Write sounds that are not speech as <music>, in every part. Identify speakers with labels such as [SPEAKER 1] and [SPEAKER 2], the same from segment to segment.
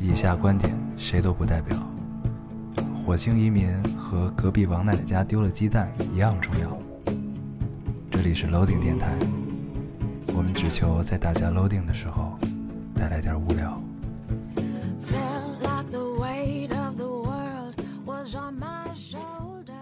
[SPEAKER 1] 以下观点谁都不代表。火星移民和隔壁王奶奶家丢了鸡蛋一样重要。这里是 Loading 电台，我们只求在大家 Loading 的时候带来点无聊。
[SPEAKER 2] Felt like the weight of the world was on my shoulders.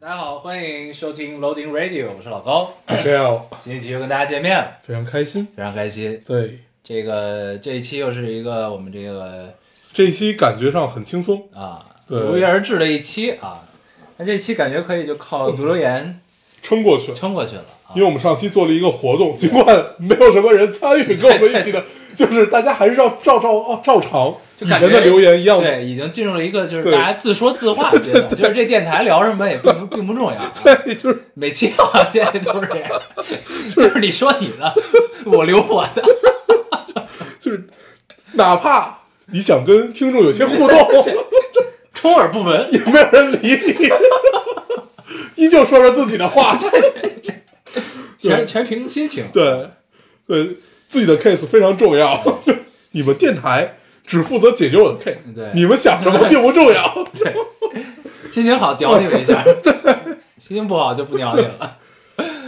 [SPEAKER 3] 大家好，欢迎收听 Loading Radio，我是老高，
[SPEAKER 4] 这样
[SPEAKER 3] 今天继续跟大家见面了，
[SPEAKER 4] 非常开心。
[SPEAKER 3] 非常开心。
[SPEAKER 4] 对，
[SPEAKER 3] 这个这一期又是一个我们这个
[SPEAKER 4] 这一期感觉上很轻松，
[SPEAKER 3] 啊
[SPEAKER 4] 对
[SPEAKER 3] 如约而至的一期啊，那这期感觉可以就靠读留言 <laughs>
[SPEAKER 4] 撑过去。
[SPEAKER 3] 撑过去了啊
[SPEAKER 4] 因。为我们上期做了一个活动，尽管没有什么人参与，跟我们一起的，就是大家还是照照照哦照常
[SPEAKER 3] 就
[SPEAKER 4] 以
[SPEAKER 3] 感觉
[SPEAKER 4] 前的留言一样的。
[SPEAKER 3] 对，已经进入了一个就是
[SPEAKER 4] 对
[SPEAKER 3] 大家自说自话的阶段，就是这电台聊什么也并不 <laughs> 并不重要啊，
[SPEAKER 4] <laughs> 对，就是
[SPEAKER 3] 每期好像现在都是这
[SPEAKER 4] <laughs>
[SPEAKER 3] 样，就是你说你的，我留我的，
[SPEAKER 4] 就是，哪怕你想跟听众有些互动，
[SPEAKER 3] 充耳不闻。
[SPEAKER 4] <laughs> 也没有人理你，依旧说着自己的话。
[SPEAKER 3] 全全凭心情，
[SPEAKER 4] 对，对，自己的 case 非常重要。 <laughs> 你们电台只负责解决我的 case，
[SPEAKER 3] 对
[SPEAKER 4] 你们想什么并不重要。
[SPEAKER 3] 心情好屌你们一
[SPEAKER 4] <laughs>
[SPEAKER 3] 下，心情不好就不屌你了，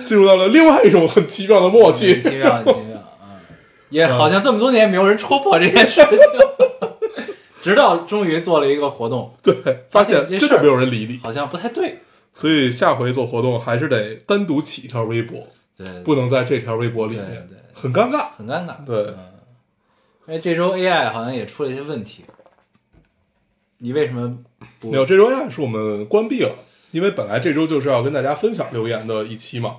[SPEAKER 4] 进入到了另外一种很奇妙的默
[SPEAKER 3] 很
[SPEAKER 4] 契。
[SPEAKER 3] 奇妙，很奇妙啊！ <laughs> 也好
[SPEAKER 4] 嗯
[SPEAKER 3] 像这么多年没有人戳破这件事情， <laughs> 直到终于做了一个活动，
[SPEAKER 4] <laughs> 对，发现
[SPEAKER 3] 这
[SPEAKER 4] 真
[SPEAKER 3] 事儿
[SPEAKER 4] 的没有人理你，
[SPEAKER 3] 好像不太对，
[SPEAKER 4] 所以下回做活动还是得单独起一条微博，
[SPEAKER 3] 对，
[SPEAKER 4] 不能在这条微博里
[SPEAKER 3] 对
[SPEAKER 4] 面
[SPEAKER 3] 对，
[SPEAKER 4] 很尴尬。
[SPEAKER 3] 很尴尬，
[SPEAKER 4] 对
[SPEAKER 3] 嗯因为这周 AI 好像也出了一些问题，你为什么不
[SPEAKER 4] 没有，这周呀是我们关闭了，因为本来这周就是要跟大家分享留言的一期嘛，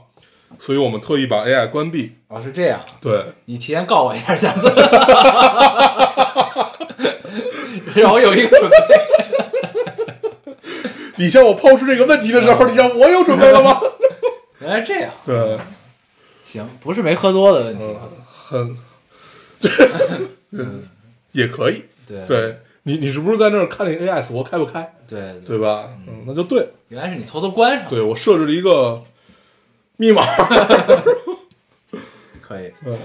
[SPEAKER 4] 所以我们特意把 AI 关闭。
[SPEAKER 3] 哦是这样？
[SPEAKER 4] 对，
[SPEAKER 3] 你提前告我一下，下
[SPEAKER 4] <laughs>
[SPEAKER 3] 次让我有一个准备。
[SPEAKER 4] 你向我抛出这个问题的时候，你让我有准备
[SPEAKER 3] <laughs>
[SPEAKER 4] 了吗？
[SPEAKER 3] 原来这样，
[SPEAKER 4] 对，
[SPEAKER 3] 行，不是没喝多的问题，
[SPEAKER 4] 嗯，很， <laughs> 嗯，也可以。
[SPEAKER 3] 对
[SPEAKER 4] 对你，你是不是在那儿看那个 AI 死活开不开？
[SPEAKER 3] 对对
[SPEAKER 4] 对吧？嗯，那就对。
[SPEAKER 3] 原来是你偷偷关上，
[SPEAKER 4] 对我设置了一个密码。
[SPEAKER 3] 可以，
[SPEAKER 4] <laughs> 嗯，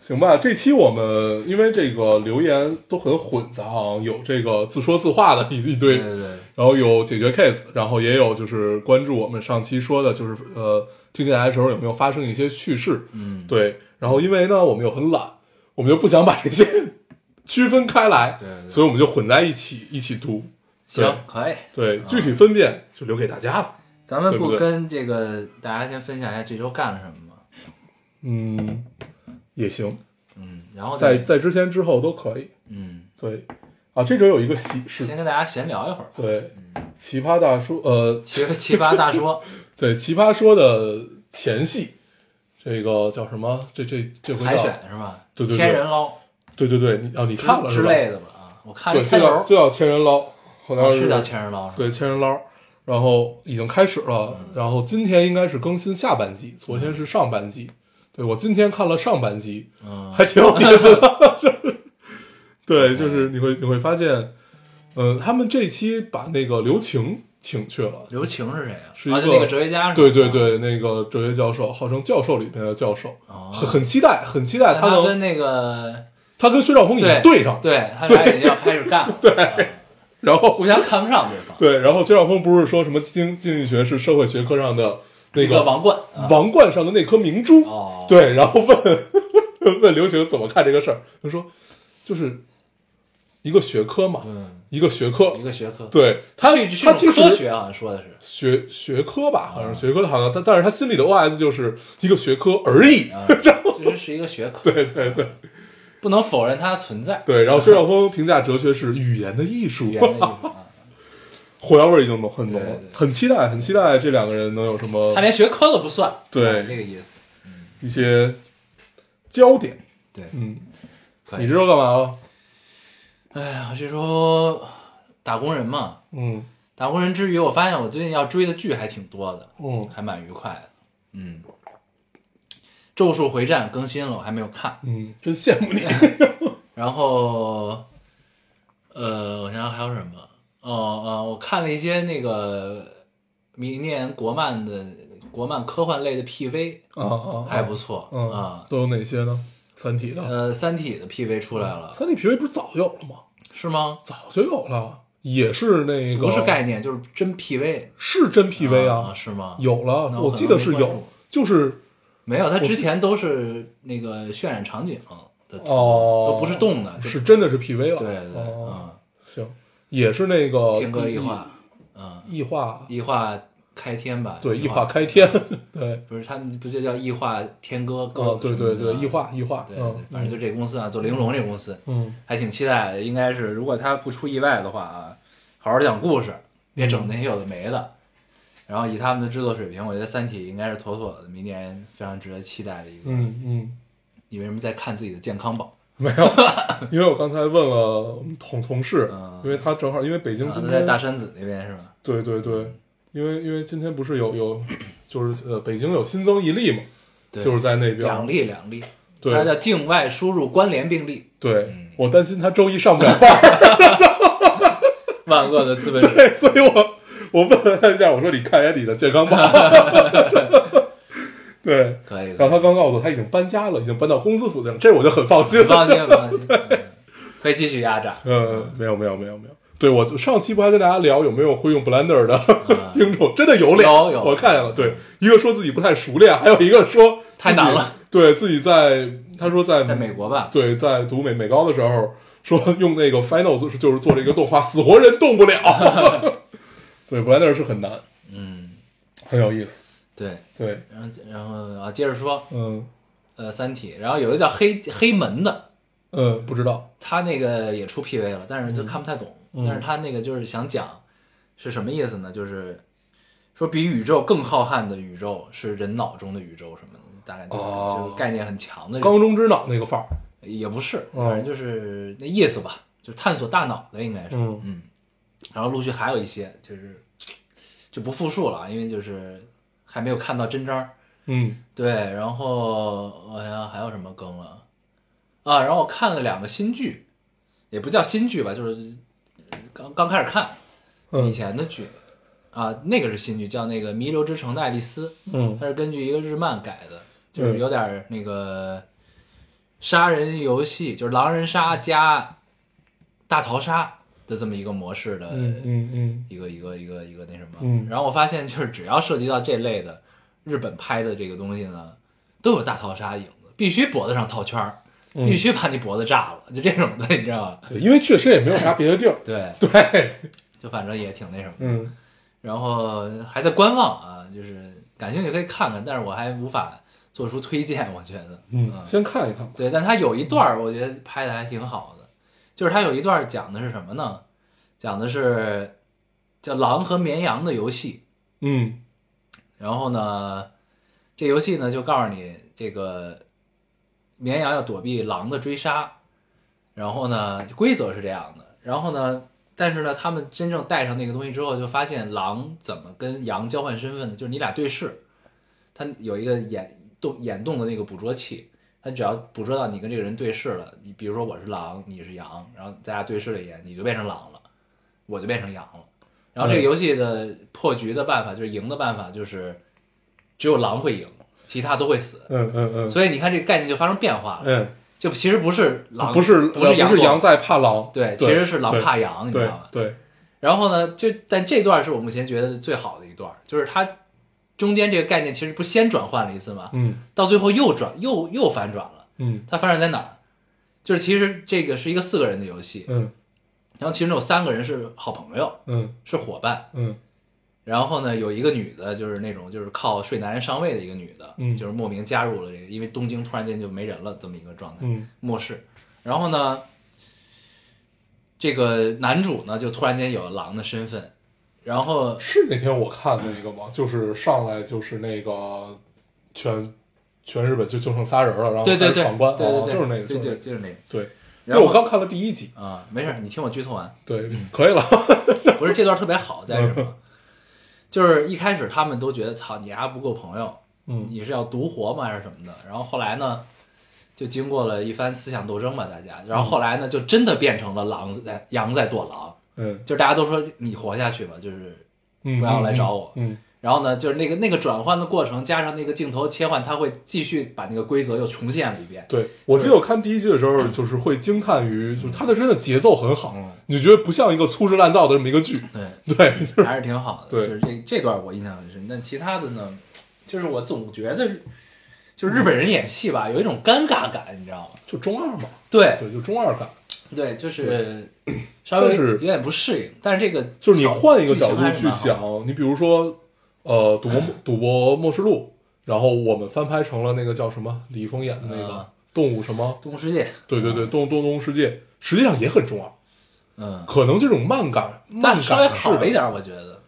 [SPEAKER 4] 行吧，这期我们因为这个留言都很混杂，好像有这个自说自话的一一堆，
[SPEAKER 3] 对对，
[SPEAKER 4] 然后有解决 case，然后也有就是关注我们上期说的，就是呃听进来的时候有没有发生一些趣事，
[SPEAKER 3] 嗯，
[SPEAKER 4] 对，然后因为呢我们又很懒，我们又不想把这些 <laughs> 区分开来，
[SPEAKER 3] 对对
[SPEAKER 4] 所以我们就混在一起一起读。对
[SPEAKER 3] 行，可以，
[SPEAKER 4] 对，具体分辨就留给大家了。
[SPEAKER 3] 咱们
[SPEAKER 4] 对不
[SPEAKER 3] 不
[SPEAKER 4] 对
[SPEAKER 3] 跟这个大家先分享一下这周干了什么吗？
[SPEAKER 4] 嗯，也行，
[SPEAKER 3] 嗯，然后
[SPEAKER 4] 在
[SPEAKER 3] 再
[SPEAKER 4] 在之前之后都可以。
[SPEAKER 3] 嗯，
[SPEAKER 4] 对，啊，这周有一个喜事
[SPEAKER 3] 先，跟大家闲聊一会儿，
[SPEAKER 4] 对，奇葩大叔，呃，
[SPEAKER 3] 奇奇葩大
[SPEAKER 4] <laughs>
[SPEAKER 3] 说，
[SPEAKER 4] 对，奇葩说的前戏，这个叫什么？这这这回
[SPEAKER 3] 海
[SPEAKER 4] 叫
[SPEAKER 3] 选是吧？
[SPEAKER 4] 对对对
[SPEAKER 3] 千人捞
[SPEAKER 4] 对对对，你哦，你
[SPEAKER 3] 之
[SPEAKER 4] 看了
[SPEAKER 3] 之
[SPEAKER 4] 是吧？
[SPEAKER 3] 类的吧？啊，我看了
[SPEAKER 4] 对，
[SPEAKER 3] 开
[SPEAKER 4] 就叫
[SPEAKER 3] 头，
[SPEAKER 4] 就叫千人捞，好像
[SPEAKER 3] 哦是叫千人捞是吧？
[SPEAKER 4] 对千人捞，然后已经开始了，
[SPEAKER 3] 嗯
[SPEAKER 4] 然后今天应该是更新下半集，昨天是上半集，对我今天看了上半集，
[SPEAKER 3] 嗯，
[SPEAKER 4] 还挺有意思的。
[SPEAKER 3] <laughs>
[SPEAKER 4] 对，就是你会你会发现，嗯，他们这期把那个刘晴请去了，
[SPEAKER 3] 刘晴是谁啊？
[SPEAKER 4] 是一个
[SPEAKER 3] 啊就那个哲学家是吧？
[SPEAKER 4] 对对对，那个哲学教授，号称教授里面的教授，
[SPEAKER 3] 哦
[SPEAKER 4] 很很期待，很期
[SPEAKER 3] 那
[SPEAKER 4] 待他
[SPEAKER 3] 他跟
[SPEAKER 4] 能
[SPEAKER 3] 那个
[SPEAKER 4] 他跟薛兆丰已经
[SPEAKER 3] 对
[SPEAKER 4] 对上，
[SPEAKER 3] 对，他俩已经要开始
[SPEAKER 4] <laughs>
[SPEAKER 3] 干了，对，
[SPEAKER 4] 然后
[SPEAKER 3] 互相看不上对方，
[SPEAKER 4] 对，然后薛兆丰不是说什么经经济学是社会学科上的那
[SPEAKER 3] 一个
[SPEAKER 4] 个
[SPEAKER 3] 王冠啊
[SPEAKER 4] 王冠上的那颗明珠，
[SPEAKER 3] 哦，
[SPEAKER 4] <laughs> 对，然后 <laughs> 问问刘晴怎么看这个事儿，他说就是一个学科嘛，
[SPEAKER 3] 嗯，
[SPEAKER 4] 一个学科
[SPEAKER 3] 一，个学科，
[SPEAKER 4] 对他
[SPEAKER 3] 这
[SPEAKER 4] 他
[SPEAKER 3] 这
[SPEAKER 4] 其
[SPEAKER 3] 种科
[SPEAKER 4] 实
[SPEAKER 3] 学好像说
[SPEAKER 4] <laughs>
[SPEAKER 3] 的是，
[SPEAKER 4] 学学科
[SPEAKER 3] 嗯
[SPEAKER 4] 吧，好像是学科，好像他但是他心里的 OS 就是一个学科而已。
[SPEAKER 3] 啊，其实是一个学科，
[SPEAKER 4] <laughs> 对对对
[SPEAKER 3] 不能否认它的存在。
[SPEAKER 4] 对，然后薛兆丰评价哲学是语言的艺术
[SPEAKER 3] 语，言的
[SPEAKER 4] <laughs>
[SPEAKER 3] 一种啊，
[SPEAKER 4] 火药味儿已经浓很浓
[SPEAKER 3] 对
[SPEAKER 4] 了
[SPEAKER 3] 对，
[SPEAKER 4] 很期待很期待这两个人能有什么
[SPEAKER 3] 他连学科都不算，
[SPEAKER 4] 对
[SPEAKER 3] 啊这个意思，
[SPEAKER 4] 一些焦点。
[SPEAKER 3] 对，
[SPEAKER 4] 嗯，
[SPEAKER 3] 可
[SPEAKER 4] 你
[SPEAKER 3] 以
[SPEAKER 4] 知。道干嘛了？
[SPEAKER 3] 哎呀，这时候打工人嘛，
[SPEAKER 4] 嗯
[SPEAKER 3] 打工人之余，我发现我最近要追的剧还挺多的，
[SPEAKER 4] 嗯
[SPEAKER 3] 还蛮愉快的。嗯，《咒术回战》更新了，我还没有看。
[SPEAKER 4] 嗯，真羡
[SPEAKER 3] <laughs>
[SPEAKER 4] 慕你。
[SPEAKER 3] 然后，呃，我想想还有什么？哦哦，我看了一些那个明年国漫的国漫科幻类的 PV，
[SPEAKER 4] 啊啊，啊
[SPEAKER 3] 还不错
[SPEAKER 4] 嗯
[SPEAKER 3] 啊。
[SPEAKER 4] 都有哪些呢？三体的，
[SPEAKER 3] 呃，《三体》的 PV 出来了，
[SPEAKER 4] 三体 PV 不是早有了吗？
[SPEAKER 3] 是吗？
[SPEAKER 4] 早就有了，也是那个
[SPEAKER 3] 不是概念，就是真 PV。
[SPEAKER 4] 是真 PV
[SPEAKER 3] 啊，
[SPEAKER 4] 啊，
[SPEAKER 3] 是吗？
[SPEAKER 4] 有
[SPEAKER 3] 那
[SPEAKER 4] 了，
[SPEAKER 3] 我
[SPEAKER 4] 我
[SPEAKER 3] 可
[SPEAKER 4] 记
[SPEAKER 3] 能
[SPEAKER 4] 得
[SPEAKER 3] 没
[SPEAKER 4] 是
[SPEAKER 3] 关注
[SPEAKER 4] 有，就是
[SPEAKER 3] 没有，它之前都是那个渲染场景的图，
[SPEAKER 4] 哦，
[SPEAKER 3] 都不是动的，就是
[SPEAKER 4] 真的是 PV 了，
[SPEAKER 3] 对对对，
[SPEAKER 4] 哦，
[SPEAKER 3] 嗯，
[SPEAKER 4] 行，也是那个
[SPEAKER 3] 天歌
[SPEAKER 4] 异
[SPEAKER 3] 异化，嗯，
[SPEAKER 4] 异化，
[SPEAKER 3] 异化开天吧，
[SPEAKER 4] 对，
[SPEAKER 3] 异
[SPEAKER 4] 异化开天，对，
[SPEAKER 3] 不是他们不就叫异化天歌歌、
[SPEAKER 4] 哦，对对对，异
[SPEAKER 3] 异，
[SPEAKER 4] 化异化，
[SPEAKER 3] 啊对对
[SPEAKER 4] 嗯，，
[SPEAKER 3] 反正就这公司啊，做玲珑这公司，
[SPEAKER 4] 嗯，
[SPEAKER 3] 还挺期待的，应该是如果他不出意外的话啊，好好讲故事，别整那些有的没的。然后以他们的制作水平，我觉得《三体》应该是妥妥的，明年非常值得期待的一个。
[SPEAKER 4] 嗯嗯，
[SPEAKER 3] 你为什么在看自己的健康宝？
[SPEAKER 4] 没有，因为我刚才问了我们同同事
[SPEAKER 3] 嗯，
[SPEAKER 4] 因为他正好因为北京
[SPEAKER 3] 啊
[SPEAKER 4] 今
[SPEAKER 3] 都在
[SPEAKER 4] 天
[SPEAKER 3] 大山子那边是吧？
[SPEAKER 4] 对对对，因为因为今天不是有有，就是呃，北京有新增一例嘛，
[SPEAKER 3] 对
[SPEAKER 4] 就是在那边
[SPEAKER 3] 两例两例，
[SPEAKER 4] 对
[SPEAKER 3] 它叫境外输入关联病例，
[SPEAKER 4] 对、
[SPEAKER 3] 嗯
[SPEAKER 4] 我担心他周一上不了班儿，
[SPEAKER 3] 万恶的资本
[SPEAKER 4] <laughs>
[SPEAKER 3] 主义。
[SPEAKER 4] 对，所以我我问他一下，我说你看一眼你的健
[SPEAKER 3] <laughs>
[SPEAKER 4] 康宝，对，
[SPEAKER 3] 可以，可
[SPEAKER 4] 然后 <laughs>
[SPEAKER 3] 以
[SPEAKER 4] 他刚告诉我他已经搬家了，已经搬到公司附近了，这我就很放心
[SPEAKER 3] 很放
[SPEAKER 4] 了。
[SPEAKER 3] 心，很放心，嗯可以继续压榨。
[SPEAKER 4] <laughs> 嗯，没有没有没有没有，对我就上期不还跟大家聊有没有会用 Blender 的
[SPEAKER 3] 嗯
[SPEAKER 4] <laughs> 听众，真的有俩，
[SPEAKER 3] 有有
[SPEAKER 4] 我看见了，对，一个说自己不太熟练，还有一个说自己
[SPEAKER 3] 太难了，
[SPEAKER 4] 对自己在他说在
[SPEAKER 3] 在美国吧，
[SPEAKER 4] 对，在读美美高的时候，说用那个 Final 就是就是做这个动画，死活人动不了。 <laughs> 对，Blender 是很难，
[SPEAKER 3] 嗯，
[SPEAKER 4] 很有意思。
[SPEAKER 3] 对，
[SPEAKER 4] 对，
[SPEAKER 3] 然后然后啊，接着说，
[SPEAKER 4] 嗯
[SPEAKER 3] 呃，《三体》，然后有一个叫黑黑门的，
[SPEAKER 4] 嗯，不知道，
[SPEAKER 3] 他那个也出 PV 了，但是就看不太懂。
[SPEAKER 4] 嗯
[SPEAKER 3] 但是他那个就是想讲是什么意思呢？就是说比宇宙更浩瀚的宇宙是人脑中的宇宙什么的，大概就是、
[SPEAKER 4] 哦
[SPEAKER 3] 就是概念很强的这种。
[SPEAKER 4] 缸中之脑那个范儿。嗯
[SPEAKER 3] 也不是，
[SPEAKER 4] 哦
[SPEAKER 3] 反正就是那意思吧，就探索大脑的应该是，
[SPEAKER 4] 嗯
[SPEAKER 3] 嗯，然后陆续还有一些，就是就不复述了啊，因为就是还没有看到真章儿。
[SPEAKER 4] 嗯
[SPEAKER 3] 对，然后我想想还有什么更了啊？然后我看了两个新剧，也不叫新剧吧，就是刚刚开始看以
[SPEAKER 4] 嗯
[SPEAKER 3] 前的剧啊，那个是新剧，叫那个《弥留之城的爱丽丝》，
[SPEAKER 4] 嗯
[SPEAKER 3] 它是根据一个日漫改的，就是
[SPEAKER 4] 嗯
[SPEAKER 3] 有点儿那个杀人游戏，就是狼人杀加大逃杀的这么一个模式的
[SPEAKER 4] 嗯嗯嗯，
[SPEAKER 3] 一个一个一个一个那什么。
[SPEAKER 4] 嗯
[SPEAKER 3] 然后我发现，就是只要涉及到这类的日本拍的这个东西呢，都有大逃杀影子，必须脖子上套圈儿，
[SPEAKER 4] 嗯
[SPEAKER 3] 必须把你脖子炸了，就这种的，你知道吧？
[SPEAKER 4] 对，因为确实也没有啥别的地儿。
[SPEAKER 3] 对，
[SPEAKER 4] 对，
[SPEAKER 3] 就反正也挺那什么。
[SPEAKER 4] 嗯
[SPEAKER 3] 然后还在观望啊，就是感兴趣可以看看，但是我还无法做出推荐，我觉得，
[SPEAKER 4] 嗯，先看一看吧。
[SPEAKER 3] 对，但它有一段儿我觉得拍的还挺好的，就是它有一段儿讲的是什么呢？讲的是叫狼和绵羊的游戏，
[SPEAKER 4] 嗯
[SPEAKER 3] 然后呢，这游戏呢就告诉你这个绵羊要躲避狼的追杀，然后呢规则是这样的，然后呢，但是呢他们真正带上那个东西之后，就发现狼怎么跟羊交换身份呢？就是你俩对视，它有一个眼动眼动的那个捕捉器。它只要捕捉到你跟这个人对视了，你比如说我是狼，你是羊，然后咱俩对视了一眼，你就变成狼了，我就变成羊了。然后这个
[SPEAKER 4] 嗯
[SPEAKER 3] 游戏的破局的办法就是赢的办法就是只有狼会赢，其他都会死。
[SPEAKER 4] 嗯嗯嗯，
[SPEAKER 3] 所以你看这个概念就发生变化了，
[SPEAKER 4] 嗯，
[SPEAKER 3] 就其实不是狼，
[SPEAKER 4] 不是呃
[SPEAKER 3] 不是
[SPEAKER 4] 不
[SPEAKER 3] 羊
[SPEAKER 4] 是
[SPEAKER 3] 多
[SPEAKER 4] 羊在怕狼，
[SPEAKER 3] 对，其实是狼怕羊，你知
[SPEAKER 4] 对
[SPEAKER 3] 道吧？
[SPEAKER 4] 对，
[SPEAKER 3] 然后呢，就但这段是我目前觉得最好的一段，就是它中间这个概念其实不先转换了一次吗？
[SPEAKER 4] 嗯
[SPEAKER 3] 到最后又转又又反转了，
[SPEAKER 4] 嗯
[SPEAKER 3] 它反转在哪儿？就是其实这个是一个四个人的游戏，
[SPEAKER 4] 嗯
[SPEAKER 3] 然后其中有三个人是好朋友，
[SPEAKER 4] 嗯
[SPEAKER 3] 是伙伴，
[SPEAKER 4] 嗯
[SPEAKER 3] 然后呢，有一个女的，就是那种就是靠睡男人上位的一个女的，
[SPEAKER 4] 嗯
[SPEAKER 3] 就是莫名加入了这个，因为东京突然间就没人了这么一个状态，
[SPEAKER 4] 嗯
[SPEAKER 3] 末世。然后呢，这个男主呢就突然间有了狼的身份，然后
[SPEAKER 4] 是那天我看那个吗？就是上来就是那个全全日本就就剩仨人了，然后
[SPEAKER 3] 对对
[SPEAKER 4] 开始
[SPEAKER 3] 对，
[SPEAKER 4] 闯关，
[SPEAKER 3] 对对
[SPEAKER 4] 哦
[SPEAKER 3] 对，
[SPEAKER 4] 就是那个，
[SPEAKER 3] 对
[SPEAKER 4] 就是那
[SPEAKER 3] 对
[SPEAKER 4] 个
[SPEAKER 3] 就是那个。
[SPEAKER 4] 对。因
[SPEAKER 3] 然
[SPEAKER 4] 为
[SPEAKER 3] 后嗯
[SPEAKER 4] 我刚看了第一集，
[SPEAKER 3] 啊、没事，你听我剧透完。
[SPEAKER 4] 对， <laughs> 可以了，
[SPEAKER 3] 不是这段特别好在于什
[SPEAKER 4] <laughs>
[SPEAKER 3] 么？就是一开始他们都觉得操你丫不够朋友，
[SPEAKER 4] 嗯
[SPEAKER 3] 你是要独活吗还是什么的？然后后来呢，就经过了一番思想斗争吧，大家。然后后来呢，就真的变成了狼在羊在躲狼，
[SPEAKER 4] 嗯
[SPEAKER 3] 就是大家都说你活下去吧，就是
[SPEAKER 4] 嗯，
[SPEAKER 3] 不要来找我
[SPEAKER 4] 嗯，
[SPEAKER 3] 然后呢，就是那个那个转换的过程，加上那个镜头切换，它会继续把那个规则又重现了一遍。
[SPEAKER 4] 对，我记得我看第一季的时候，就是会惊叹于，就是它的真的节奏很好
[SPEAKER 3] 嗯，
[SPEAKER 4] 你就觉得不像一个粗制滥造的这么一个剧。
[SPEAKER 3] 对，
[SPEAKER 4] 对，就是
[SPEAKER 3] 还是挺好的。
[SPEAKER 4] 对
[SPEAKER 3] 就是这这段我印象很深。但其他的呢，就是我总觉得，就是日本人演戏吧，有一种尴尬感，你知道吗？
[SPEAKER 4] 就中二嘛，
[SPEAKER 3] 对
[SPEAKER 4] 对，就中二感。
[SPEAKER 3] 对，就是稍微
[SPEAKER 4] 但是
[SPEAKER 3] 有点不适应。但是这个
[SPEAKER 4] 就是你换一个
[SPEAKER 3] 剧情
[SPEAKER 4] 角度
[SPEAKER 3] 还是
[SPEAKER 4] 去
[SPEAKER 3] 蛮好的，
[SPEAKER 4] 想，你比如说，呃，赌
[SPEAKER 3] <clears throat>
[SPEAKER 4] 博赌博默示录，然后我们翻拍成了那个叫什么李易峰演的那个
[SPEAKER 3] 啊
[SPEAKER 4] 动物什么，
[SPEAKER 3] 《动物世界》
[SPEAKER 4] 对对对，动动动物世界，实际上也很重二，
[SPEAKER 3] 嗯，
[SPEAKER 4] 可能这种漫感
[SPEAKER 3] 但
[SPEAKER 4] 漫
[SPEAKER 3] 稍微
[SPEAKER 4] 感式
[SPEAKER 3] 好一
[SPEAKER 4] 的，
[SPEAKER 3] 点，我觉得，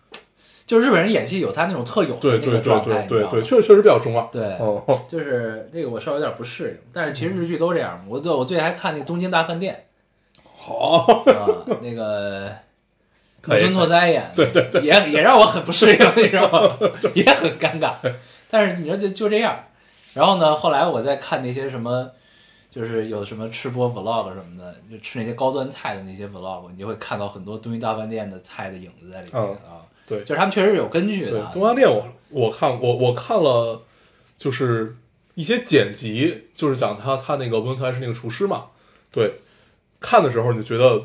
[SPEAKER 3] 就是日本人演戏有他那种特有的
[SPEAKER 4] 对
[SPEAKER 3] 那
[SPEAKER 4] 对
[SPEAKER 3] 个
[SPEAKER 4] 对
[SPEAKER 3] 状态，
[SPEAKER 4] 对
[SPEAKER 3] 你知
[SPEAKER 4] 对
[SPEAKER 3] 道
[SPEAKER 4] 对，
[SPEAKER 3] 吗？
[SPEAKER 4] 确确实比较中二。
[SPEAKER 3] 对
[SPEAKER 4] 哦，
[SPEAKER 3] <laughs> 就是这个我稍微有点不适应，但是其实日剧都这样。我最我最近还看那《东京大饭店
[SPEAKER 4] 好，》
[SPEAKER 3] 啊，那个
[SPEAKER 4] <laughs> 可以
[SPEAKER 3] 木村拓哉演的，
[SPEAKER 4] 对对对
[SPEAKER 3] 也也让我很不适应，你知道吗？ <laughs> 也很尴尬。但是你说就就这样，然后呢，后来我在看那些什么，就是有什么吃播 vlog 什么的，就吃那些高端菜的那些 vlog，你就会看到很多东京大饭店的菜的影子在里面、
[SPEAKER 4] 嗯
[SPEAKER 3] 啊。
[SPEAKER 4] 对
[SPEAKER 3] 就是他们确实有根据
[SPEAKER 4] 对
[SPEAKER 3] 的啊。，
[SPEAKER 4] 东方店我我看我我看了，就是一些剪辑，就是讲他他那个温团是那个厨师嘛，对，看的时候你就觉得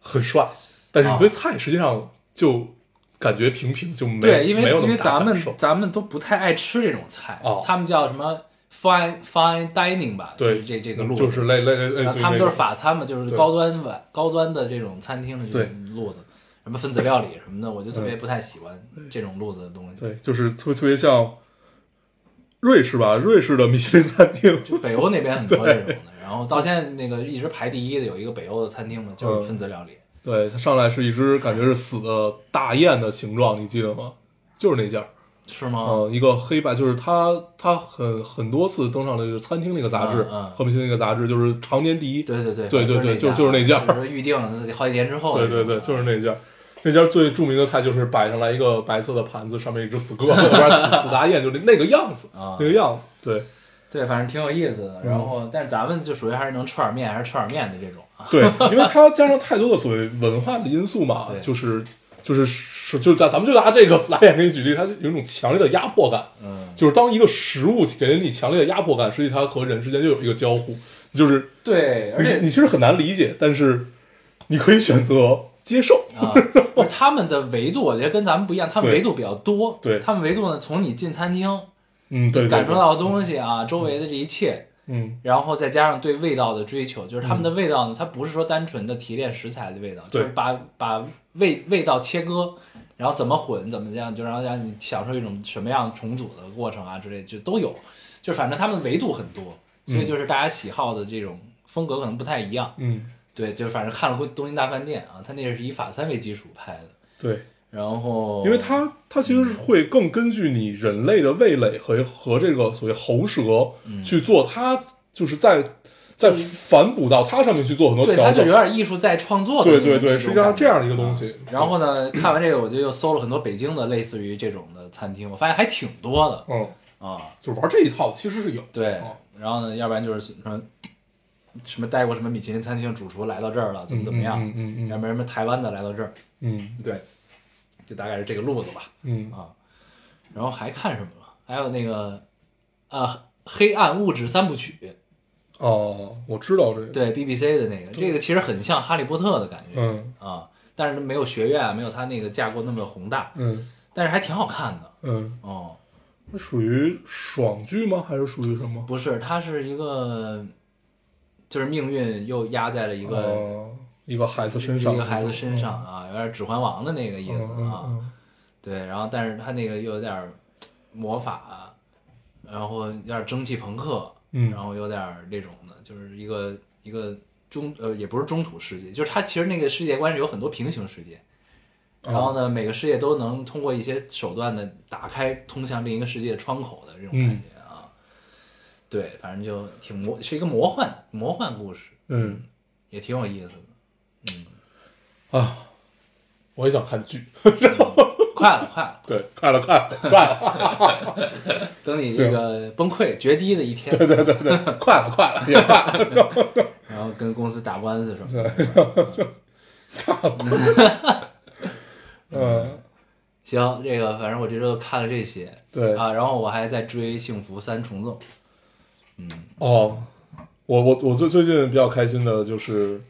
[SPEAKER 4] 很帅，但是你对
[SPEAKER 3] 哦
[SPEAKER 4] 菜实际上就感觉平平，就没
[SPEAKER 3] 对，因为
[SPEAKER 4] 没有那
[SPEAKER 3] 因为
[SPEAKER 4] 么大
[SPEAKER 3] 咱
[SPEAKER 4] 感
[SPEAKER 3] 们
[SPEAKER 4] 受。
[SPEAKER 3] 咱们都不太爱吃这种菜，
[SPEAKER 4] 哦
[SPEAKER 3] 他们叫什么 fine fine dining 吧，
[SPEAKER 4] 对，嗯
[SPEAKER 3] 就是这这个路子，
[SPEAKER 4] 就是类类类类
[SPEAKER 3] 然后
[SPEAKER 4] 似于
[SPEAKER 3] 他们都
[SPEAKER 4] 那
[SPEAKER 3] 是
[SPEAKER 4] 种
[SPEAKER 3] 法餐嘛，就是
[SPEAKER 4] 对
[SPEAKER 3] 高端碗、高端的这种餐厅的这
[SPEAKER 4] 对嗯
[SPEAKER 3] 种路子，什么分子料理什么的，我就特别不太喜欢这种路子的东西。
[SPEAKER 4] 对，就是特别特别像瑞士吧，瑞士的米其林餐厅， <laughs>
[SPEAKER 3] 就北欧那边很多这种的，然后到现在那个一直排第一的有一个北欧的餐厅嘛，
[SPEAKER 4] 嗯
[SPEAKER 3] 就是分子料理，
[SPEAKER 4] 对，它上来是一只感觉是死的大雁的形状，你记得吗？就是那家。
[SPEAKER 3] 是吗？
[SPEAKER 4] 嗯，一个黑白，就是他他很很多次登上了就是餐厅那个杂志，
[SPEAKER 3] 嗯嗯
[SPEAKER 4] 和米其林那个杂志就是常年第一。
[SPEAKER 3] 对对对
[SPEAKER 4] 对对对
[SPEAKER 3] 就
[SPEAKER 4] 就就是那
[SPEAKER 3] 家
[SPEAKER 4] 家，
[SPEAKER 3] 就是预定了好几年之后那
[SPEAKER 4] 对
[SPEAKER 3] 种
[SPEAKER 4] 对
[SPEAKER 3] 的，
[SPEAKER 4] 对就是那家，那家最著名的菜就是摆上来一个白色的盘子，上面一只 <laughs> 死鸽子，外边死死大雁，就是那个样子，
[SPEAKER 3] 啊
[SPEAKER 4] 那个样子。对嗯
[SPEAKER 3] 对，反正挺有意思的。然后，但是咱们就属于还是能吃点面，还是吃点面的这种啊。
[SPEAKER 4] 对， <laughs> 因为它加上太多的所谓文化的因素嘛
[SPEAKER 3] 对，
[SPEAKER 4] 就是就是是就是咱咱们就拿这个死大雁给你举例，它有一种强烈的压迫感。
[SPEAKER 3] 嗯，
[SPEAKER 4] 就是当一个食物给人你强烈的压迫感，实际它和人之间就有一个交互，就是
[SPEAKER 3] 对，而
[SPEAKER 4] 你
[SPEAKER 3] 且
[SPEAKER 4] 你其实很难理解，但是你可以选择接受。
[SPEAKER 3] 啊，不是
[SPEAKER 4] <laughs>
[SPEAKER 3] 他们的维度我觉得跟咱们不一样，他们
[SPEAKER 4] 对
[SPEAKER 3] 维度比较多。
[SPEAKER 4] 对
[SPEAKER 3] 他们维度呢，从你进餐厅
[SPEAKER 4] 嗯，对，对嗯
[SPEAKER 3] 感受，到的东西啊，周围的这一切，
[SPEAKER 4] 对嗯，
[SPEAKER 3] 然后再加上对味道的追求，就是他们的味道呢，它不是说单纯的提炼食材的味道，就
[SPEAKER 4] 对
[SPEAKER 3] 是把把味味道切割，然后怎么混怎么样，就然后让你享受一种什么样重组的过程啊之类，就都有，就反正他们的维度很多，所以就是大家喜好的这种风格可能不太一样。
[SPEAKER 4] 嗯，
[SPEAKER 3] 对，就是反正看了《东京大饭店》啊，它那是以法餐为基础拍的，
[SPEAKER 4] 对，
[SPEAKER 3] 然后
[SPEAKER 4] 因为它它其实是会更根据你人类的味蕾和和这个所谓喉舌
[SPEAKER 3] 嗯
[SPEAKER 4] 去做，它就是在在反哺到它上面去做很多
[SPEAKER 3] 对
[SPEAKER 4] 调
[SPEAKER 3] 它就
[SPEAKER 4] 整
[SPEAKER 3] 有。点艺术在创作的那
[SPEAKER 4] 对
[SPEAKER 3] 种
[SPEAKER 4] 对对，
[SPEAKER 3] 那种
[SPEAKER 4] 实际上
[SPEAKER 3] 感
[SPEAKER 4] 是这
[SPEAKER 3] 觉嗯
[SPEAKER 4] 样的一个东西。
[SPEAKER 3] 然后呢，看完这个我就又搜了很多北京的类似于这种的餐厅，我发现还挺多的
[SPEAKER 4] 嗯，
[SPEAKER 3] 啊。
[SPEAKER 4] 就是玩这一套其实是有，
[SPEAKER 3] 对
[SPEAKER 4] 哦，
[SPEAKER 3] 然后呢，要不然就是什么什么待过什么米其林餐厅主厨来到这儿了，怎么怎么样，
[SPEAKER 4] 嗯嗯嗯嗯嗯
[SPEAKER 3] 要不然什么台湾的来到这儿，
[SPEAKER 4] 嗯
[SPEAKER 3] 对，就大概是这个路子吧
[SPEAKER 4] 嗯，
[SPEAKER 3] 啊。然后还看什么了？还有那个呃，黑暗物质三部曲，
[SPEAKER 4] 哦，我知道这个，
[SPEAKER 3] 对 BBC 的那个，这个其实很像哈利波特的感觉、
[SPEAKER 4] 嗯
[SPEAKER 3] 啊，但是没有学院，没有他那个架构那么宏大，
[SPEAKER 4] 嗯
[SPEAKER 3] 但是还挺好看的
[SPEAKER 4] 嗯，
[SPEAKER 3] 哦。
[SPEAKER 4] 那属于爽剧吗？还是属于什么？
[SPEAKER 3] 不是，它是一个，就是命运又压在了一个、
[SPEAKER 4] 呃，一个孩子身上，
[SPEAKER 3] 一个孩子身上啊，有点《指环王》的那个意
[SPEAKER 4] 嗯，
[SPEAKER 3] 思啊。
[SPEAKER 4] 嗯
[SPEAKER 3] 对，然后但是它那个又有点儿魔法，啊然后有点蒸汽朋克，
[SPEAKER 4] 嗯
[SPEAKER 3] 然后有点儿那种的，就是一个一个中呃也不是中土世界，就是它其实那个世界观是有很多平行世界。然后呢，每个世界都能通过一些手段呢，打开通向另一个世界窗口的这种感觉啊。对，反正就挺魔，是一个魔幻魔幻故事，
[SPEAKER 4] 嗯
[SPEAKER 3] 也挺有意思的。
[SPEAKER 4] 啊，我也想看剧， <laughs>
[SPEAKER 3] 快了，快了，
[SPEAKER 4] 对，看了看了 <laughs> 看了，
[SPEAKER 3] 等你这个崩溃决堤的一天，
[SPEAKER 4] 对对对对，快了快了也快
[SPEAKER 3] <laughs>
[SPEAKER 4] 了，
[SPEAKER 3] 然后跟公司打官司什么的。
[SPEAKER 4] 嗯
[SPEAKER 3] 行，这个反正我这周看了这些
[SPEAKER 4] 对，
[SPEAKER 3] 啊，然后我还在追《幸福三重奏》，嗯，
[SPEAKER 4] 哦，我我我最最近比较开心的就是《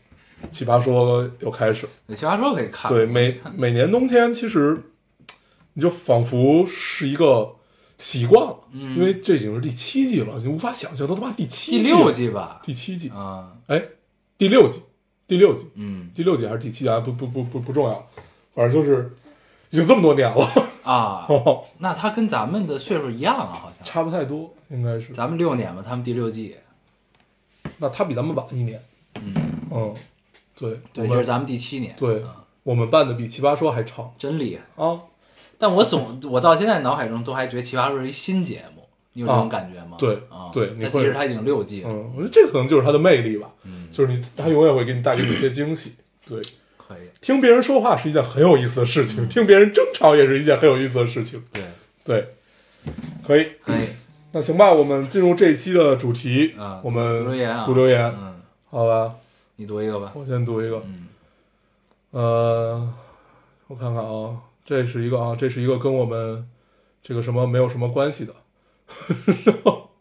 [SPEAKER 4] 奇葩说》又开始了，
[SPEAKER 3] 《奇葩说》可以看，
[SPEAKER 4] 对，每每年冬天其实你就仿佛是一个习惯了，
[SPEAKER 3] 嗯
[SPEAKER 4] 因为这已经是第七季了，你无法想象都他妈第七
[SPEAKER 3] 第
[SPEAKER 4] 季
[SPEAKER 3] 六
[SPEAKER 4] 了
[SPEAKER 3] 季吧，
[SPEAKER 4] 第七季，
[SPEAKER 3] 啊，
[SPEAKER 4] 哎，第六季，第六季，
[SPEAKER 3] 嗯
[SPEAKER 4] 第六季还是第七季啊？不不不不不重要，反正就是已经这么多年了， <laughs>
[SPEAKER 3] 啊，那他跟咱们的岁数一样啊，好像
[SPEAKER 4] 哦差不太多，应该是。
[SPEAKER 3] 咱们六年吧，他们第六季，
[SPEAKER 4] 那他比咱们晚一年，
[SPEAKER 3] 嗯，
[SPEAKER 4] 嗯，对，
[SPEAKER 3] 对，
[SPEAKER 4] 我
[SPEAKER 3] 就是
[SPEAKER 4] 们
[SPEAKER 3] 咱们第七年，
[SPEAKER 4] 对
[SPEAKER 3] 啊，
[SPEAKER 4] 我们办的比《奇葩说》还长
[SPEAKER 3] 真厉害。
[SPEAKER 4] 啊！
[SPEAKER 3] 但我
[SPEAKER 4] <laughs>
[SPEAKER 3] 总我到现在脑海中都还觉得《奇葩说》是一新节目，你有这种感觉吗？
[SPEAKER 4] 哦对
[SPEAKER 3] 啊，
[SPEAKER 4] 对你
[SPEAKER 3] 那
[SPEAKER 4] 会
[SPEAKER 3] 其实它已经六季了，
[SPEAKER 4] 嗯，我觉得这可能就是它的魅力吧，
[SPEAKER 3] 嗯，
[SPEAKER 4] 就是你，它永远会给你带给你一些惊喜。对，
[SPEAKER 3] 可以，
[SPEAKER 4] 听别人说话是一件很有意思的事情，听别人争吵也是一件很有意思的事情。
[SPEAKER 3] 对，
[SPEAKER 4] 对，可以，
[SPEAKER 3] 可以，
[SPEAKER 4] 那行吧，我们进入这一期的主题
[SPEAKER 3] 啊，
[SPEAKER 4] 我们
[SPEAKER 3] 读留言啊
[SPEAKER 4] 读留言，
[SPEAKER 3] 嗯，
[SPEAKER 4] 好吧，
[SPEAKER 3] 你读一个吧，
[SPEAKER 4] 我先读一个，
[SPEAKER 3] 嗯
[SPEAKER 4] 呃，我看看啊，这是一个啊，这是一个跟我们这个什么没有什么关系的， <laughs>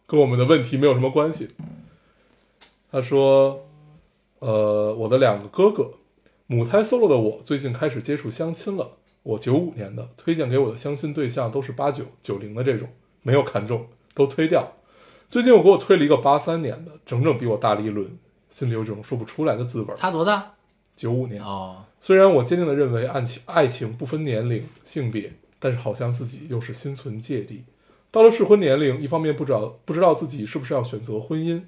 [SPEAKER 4] 跟我们的问题没有什么关系。他说，呃，我的两个哥哥，母胎 solo 的我最近开始接触相亲了。我九五年的，推荐给我的相亲对象都是八九、九零的这种，没有看中，都推掉。最近我给我推了一个八三年的，整整比我大了一轮，心里有种说不出来的滋味儿。
[SPEAKER 3] 他多大？
[SPEAKER 4] 九五年，
[SPEAKER 3] 哦，
[SPEAKER 4] 虽然我坚定地认为爱情爱情不分年龄、性别，但是好像自己又是心存芥蒂。到了适婚年龄，一方面不知道不知道自己是不是要选择婚姻，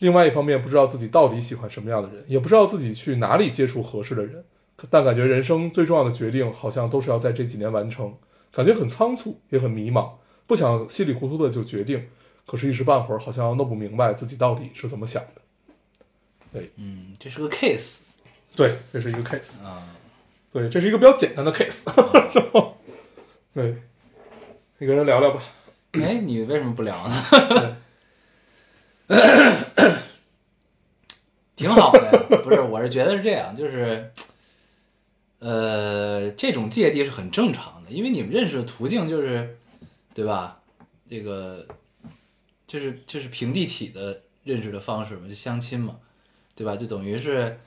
[SPEAKER 4] 另外一方面不知道自己到底喜欢什么样的人，也不知道自己去哪里接触合适的人。但感觉人生最重要的决定好像都是要在这几年完成，感觉很仓促，也很迷茫，不想稀里糊涂的就决定，可是，一时半会儿好像弄不明白自己到底是怎么想的。
[SPEAKER 3] 嗯，这是个 case
[SPEAKER 4] 对，这是一个 case。
[SPEAKER 3] 啊，
[SPEAKER 4] 对，这是一个比较简单的 case。然后， <laughs> 对，你跟人聊聊吧。
[SPEAKER 3] 哎，你为什么不聊呢？ <coughs> 挺好的呀，不是，我是觉得是这样，就是，呃，这种芥蒂是很正常的，因为你们认识的途径就是，对吧？这个，就是就是平地起的认识的方式嘛，就相亲嘛，对吧？就等于是，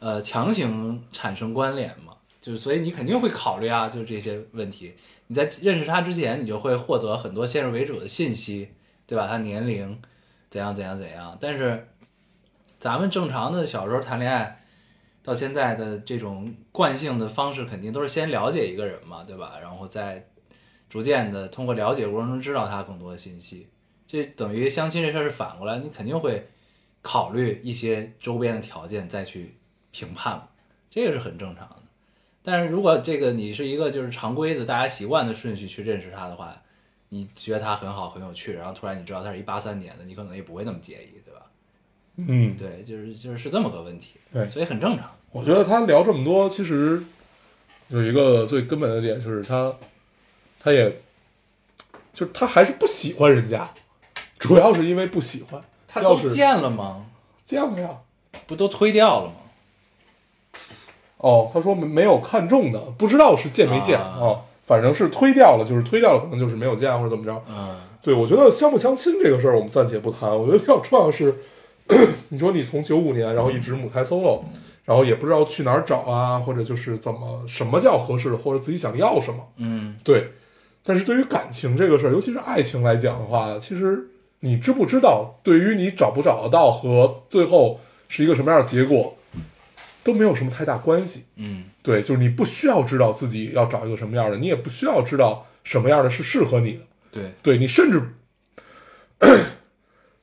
[SPEAKER 3] 呃，强行产生关联嘛，就是所以你肯定会考虑啊，就是这些问题。你在认识他之前，你就会获得很多先入为主的信息，对吧？他年龄怎样怎样怎样，但是咱们正常的小时候谈恋爱，到现在的这种惯性的方式，肯定都是先了解一个人嘛，对吧？然后再逐渐的通过了解过程中知道他更多的信息。这等于相亲这事儿是反过来，你肯定会考虑一些周边的条件再去评判嘛，这个是很正常的。但是如果这个你是一个就是常规的大家习惯的顺序去认识他的话，你觉得他很好很有趣，然后突然你知道他是一八三年的，你可能也不会那么介意，对吧？
[SPEAKER 4] 嗯，
[SPEAKER 3] 对，就是就是是这么个问题，
[SPEAKER 4] 对
[SPEAKER 3] 所以很正常。
[SPEAKER 4] 我觉得他聊这么多，其实有一个最根本的点就是他，他也，就是他还是不喜欢人家，主要是因为不喜欢。
[SPEAKER 3] 他
[SPEAKER 4] 要
[SPEAKER 3] 都
[SPEAKER 4] 是
[SPEAKER 3] 见了吗？
[SPEAKER 4] 见了呀，
[SPEAKER 3] 不都推掉了吗？
[SPEAKER 4] 哦，他说没没有看中的，不知道是见没见
[SPEAKER 3] 啊
[SPEAKER 4] 哦，反正是推掉了，就是推掉了，可能就是没有见或者怎么着。
[SPEAKER 3] 嗯
[SPEAKER 4] 对，我觉得相不相亲这个事儿我们暂且不谈，我觉得比较重要的是， <coughs> 你说你从九五年，然后一直母胎 solo，然后也不知道去哪儿找啊，或者就是怎么什么叫合适的，或者自己想要什么，
[SPEAKER 3] 嗯，
[SPEAKER 4] 对。但是对于感情这个事儿，尤其是爱情来讲的话，其实你知不知道，对于你找不找得到和最后是一个什么样的结果，都没有什么太大关系。
[SPEAKER 3] 嗯
[SPEAKER 4] 对，就是你不需要知道自己要找一个什么样的，你也不需要知道什么样的是适合你的。
[SPEAKER 3] 对，
[SPEAKER 4] 对你甚至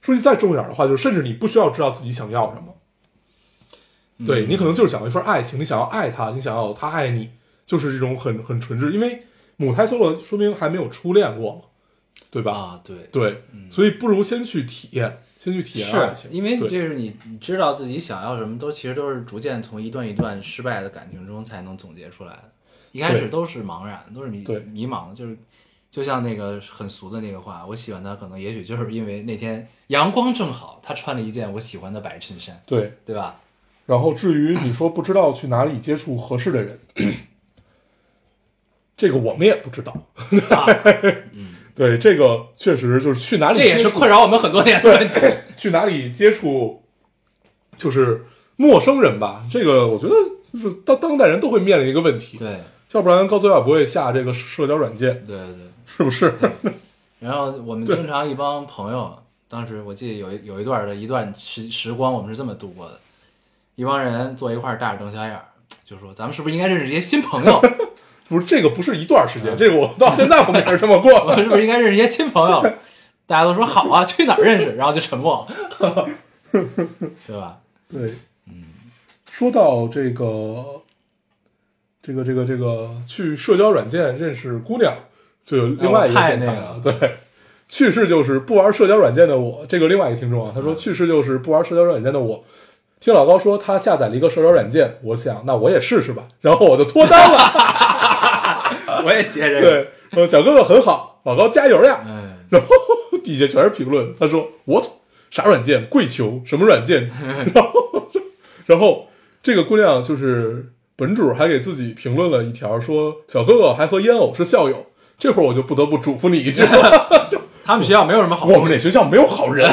[SPEAKER 4] 说句再重一点的话，就是甚至你不需要知道自己想要什么，
[SPEAKER 3] 嗯
[SPEAKER 4] 对你可能就是想要一份爱情，你想要爱他，你想要他爱你，就是这种很很纯挚，因为母胎 solo 说明还没有初恋过嘛，对吧？
[SPEAKER 3] 啊，对，
[SPEAKER 4] 对，所以不如先去体验，先去体验爱
[SPEAKER 3] 是
[SPEAKER 4] 情，
[SPEAKER 3] 因为
[SPEAKER 4] 对
[SPEAKER 3] 这是你你知道自己想要什么，都其实都是逐渐从一段一段失败的感情中才能总结出来的。一开始
[SPEAKER 4] 对
[SPEAKER 3] 都是茫然，都是迷
[SPEAKER 4] 对
[SPEAKER 3] 迷茫的，就是就像那个很俗的那个话，我喜欢他，可能也许就是因为那天阳光正好，他穿了一件我喜欢的白衬衫，
[SPEAKER 4] 对。
[SPEAKER 3] 对吧？
[SPEAKER 4] 然后至于你说不知道去哪里接触合适的人，这个我们也不知道。 <laughs>
[SPEAKER 3] 啊，
[SPEAKER 4] 对，这个确实啊就是去哪里
[SPEAKER 3] 这也是
[SPEAKER 4] 接触
[SPEAKER 3] 困扰我们很多年的问题。
[SPEAKER 4] 去哪里接触，就是陌生人吧。这个我觉得就是当当代人都会面临一个问题，
[SPEAKER 3] 对
[SPEAKER 4] 要不然高泽雅不会下这个社交软件，
[SPEAKER 3] 对对。
[SPEAKER 4] 是不是？ <laughs>
[SPEAKER 3] 然后我们经常一帮朋友，当时我记得有一有一段的一段时时光，我们是这么度过的：一帮人坐一块儿，大眼瞪小眼儿，就说咱们是不是应该认识一些新朋
[SPEAKER 4] <laughs>
[SPEAKER 3] 友？
[SPEAKER 4] 不是这个不是一段时间，这个我到现在我们也是这么过
[SPEAKER 3] 我们是
[SPEAKER 4] 的。
[SPEAKER 3] 不是应该认识一些新朋友？大家都说好
[SPEAKER 4] <laughs>
[SPEAKER 3] 啊，去哪儿认识？然后就沉默，对吧？
[SPEAKER 4] 对，嗯，说到这个，这个这个这个去社交软件认识姑娘，就有另外一个
[SPEAKER 3] 哎我看
[SPEAKER 4] 变态
[SPEAKER 3] 那
[SPEAKER 4] 了。对，趣事就是不玩社交软件的我，这个另外一个听众啊，他说趣事就是不玩社交软件的我。听老高说他下载了一个社交软件，我想那我也试试吧，然后我就脱单了。
[SPEAKER 3] 我也接这个，
[SPEAKER 4] 对，呃，小哥哥很好，老高加油呀！
[SPEAKER 3] 嗯，
[SPEAKER 4] 然后底下全是评论，他说 what 啥软件跪求什么软件， <laughs> 然后然后这个姑娘就是本主还给自己评论了一条说小哥哥还和烟偶是校友，这会儿我就不得不嘱咐你一句， <laughs>
[SPEAKER 3] 他们学校没有什么好
[SPEAKER 4] 我们这学校没有好人，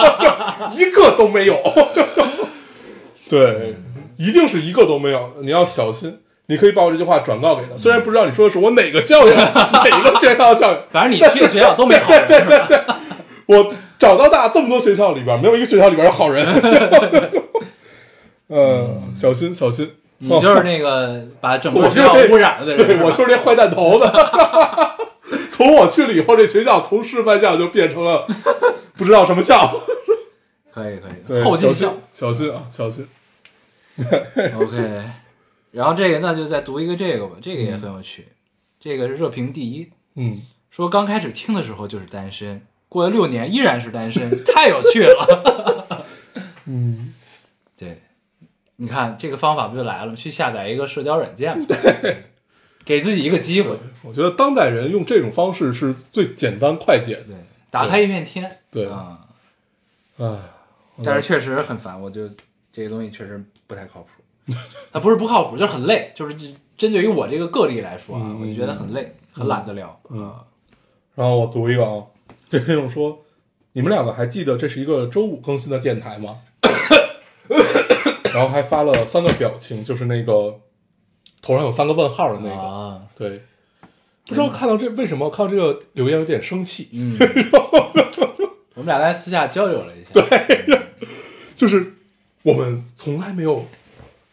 [SPEAKER 4] <laughs> 一个都没有， <laughs> 对，一定是一个都没有，你要小心。你可以把我这句话转告给他，虽然不知道你说的是我哪个校友， <laughs> 哪个学校的校友，
[SPEAKER 3] 反正你去的学校都没好
[SPEAKER 4] 对
[SPEAKER 3] 人，
[SPEAKER 4] <laughs> 对对对，我找到大这么多学校里边，没有一个学校里边有好人。 <laughs> 嗯，小心小心，
[SPEAKER 3] 你就是那个把整
[SPEAKER 4] <laughs> 我
[SPEAKER 3] 个
[SPEAKER 4] 就
[SPEAKER 3] 学
[SPEAKER 4] 是
[SPEAKER 3] 校
[SPEAKER 4] 这
[SPEAKER 3] 污染了的
[SPEAKER 4] 对
[SPEAKER 3] 人，
[SPEAKER 4] 我
[SPEAKER 3] 是吧
[SPEAKER 4] 就是那坏蛋头子。 <laughs> 从我去了以后，这学校从师范校就变成了不知道什么校。
[SPEAKER 3] 可以可以，
[SPEAKER 4] 对，
[SPEAKER 3] 后
[SPEAKER 4] 小
[SPEAKER 3] 进
[SPEAKER 4] 心
[SPEAKER 3] 校。
[SPEAKER 4] 小心啊，小心。
[SPEAKER 3] OK，然后这个那就再读一个这个吧，这个也很有趣，这个是热评第一，
[SPEAKER 4] 嗯，
[SPEAKER 3] 说刚开始听的时候就是单身，过了六年依然是单
[SPEAKER 4] <laughs>
[SPEAKER 3] 身，太有趣了。
[SPEAKER 4] 嗯，
[SPEAKER 3] 对，你看这个方法不就来了吗？去下载一个社交软件嘛，给自己一个机会，
[SPEAKER 4] 我觉得当代人用这种方式是最简单快捷
[SPEAKER 3] 对，打开一片天，
[SPEAKER 4] 对
[SPEAKER 3] 啊、
[SPEAKER 4] 的。哎，
[SPEAKER 3] 但是确实很烦，我就这个东西确实不太靠谱，它不是不靠谱，就是很累，就是针对于我这个个例来说啊，
[SPEAKER 4] 嗯
[SPEAKER 3] 我就觉得很累，很懒得聊，
[SPEAKER 4] 嗯，然后我读一个啊， <laughs> 这听众说：“你们两个还记得这是一个周五更新的电台 <coughs> 吗？”然后还发了三个表情，就是那个头上有三个问号的那个。
[SPEAKER 3] 啊，
[SPEAKER 4] 对，不知道看到这为什么看到这个留言有点生气， <laughs>
[SPEAKER 3] 嗯，我们俩在私下交流了一下，对，
[SPEAKER 4] 就是我们从来没有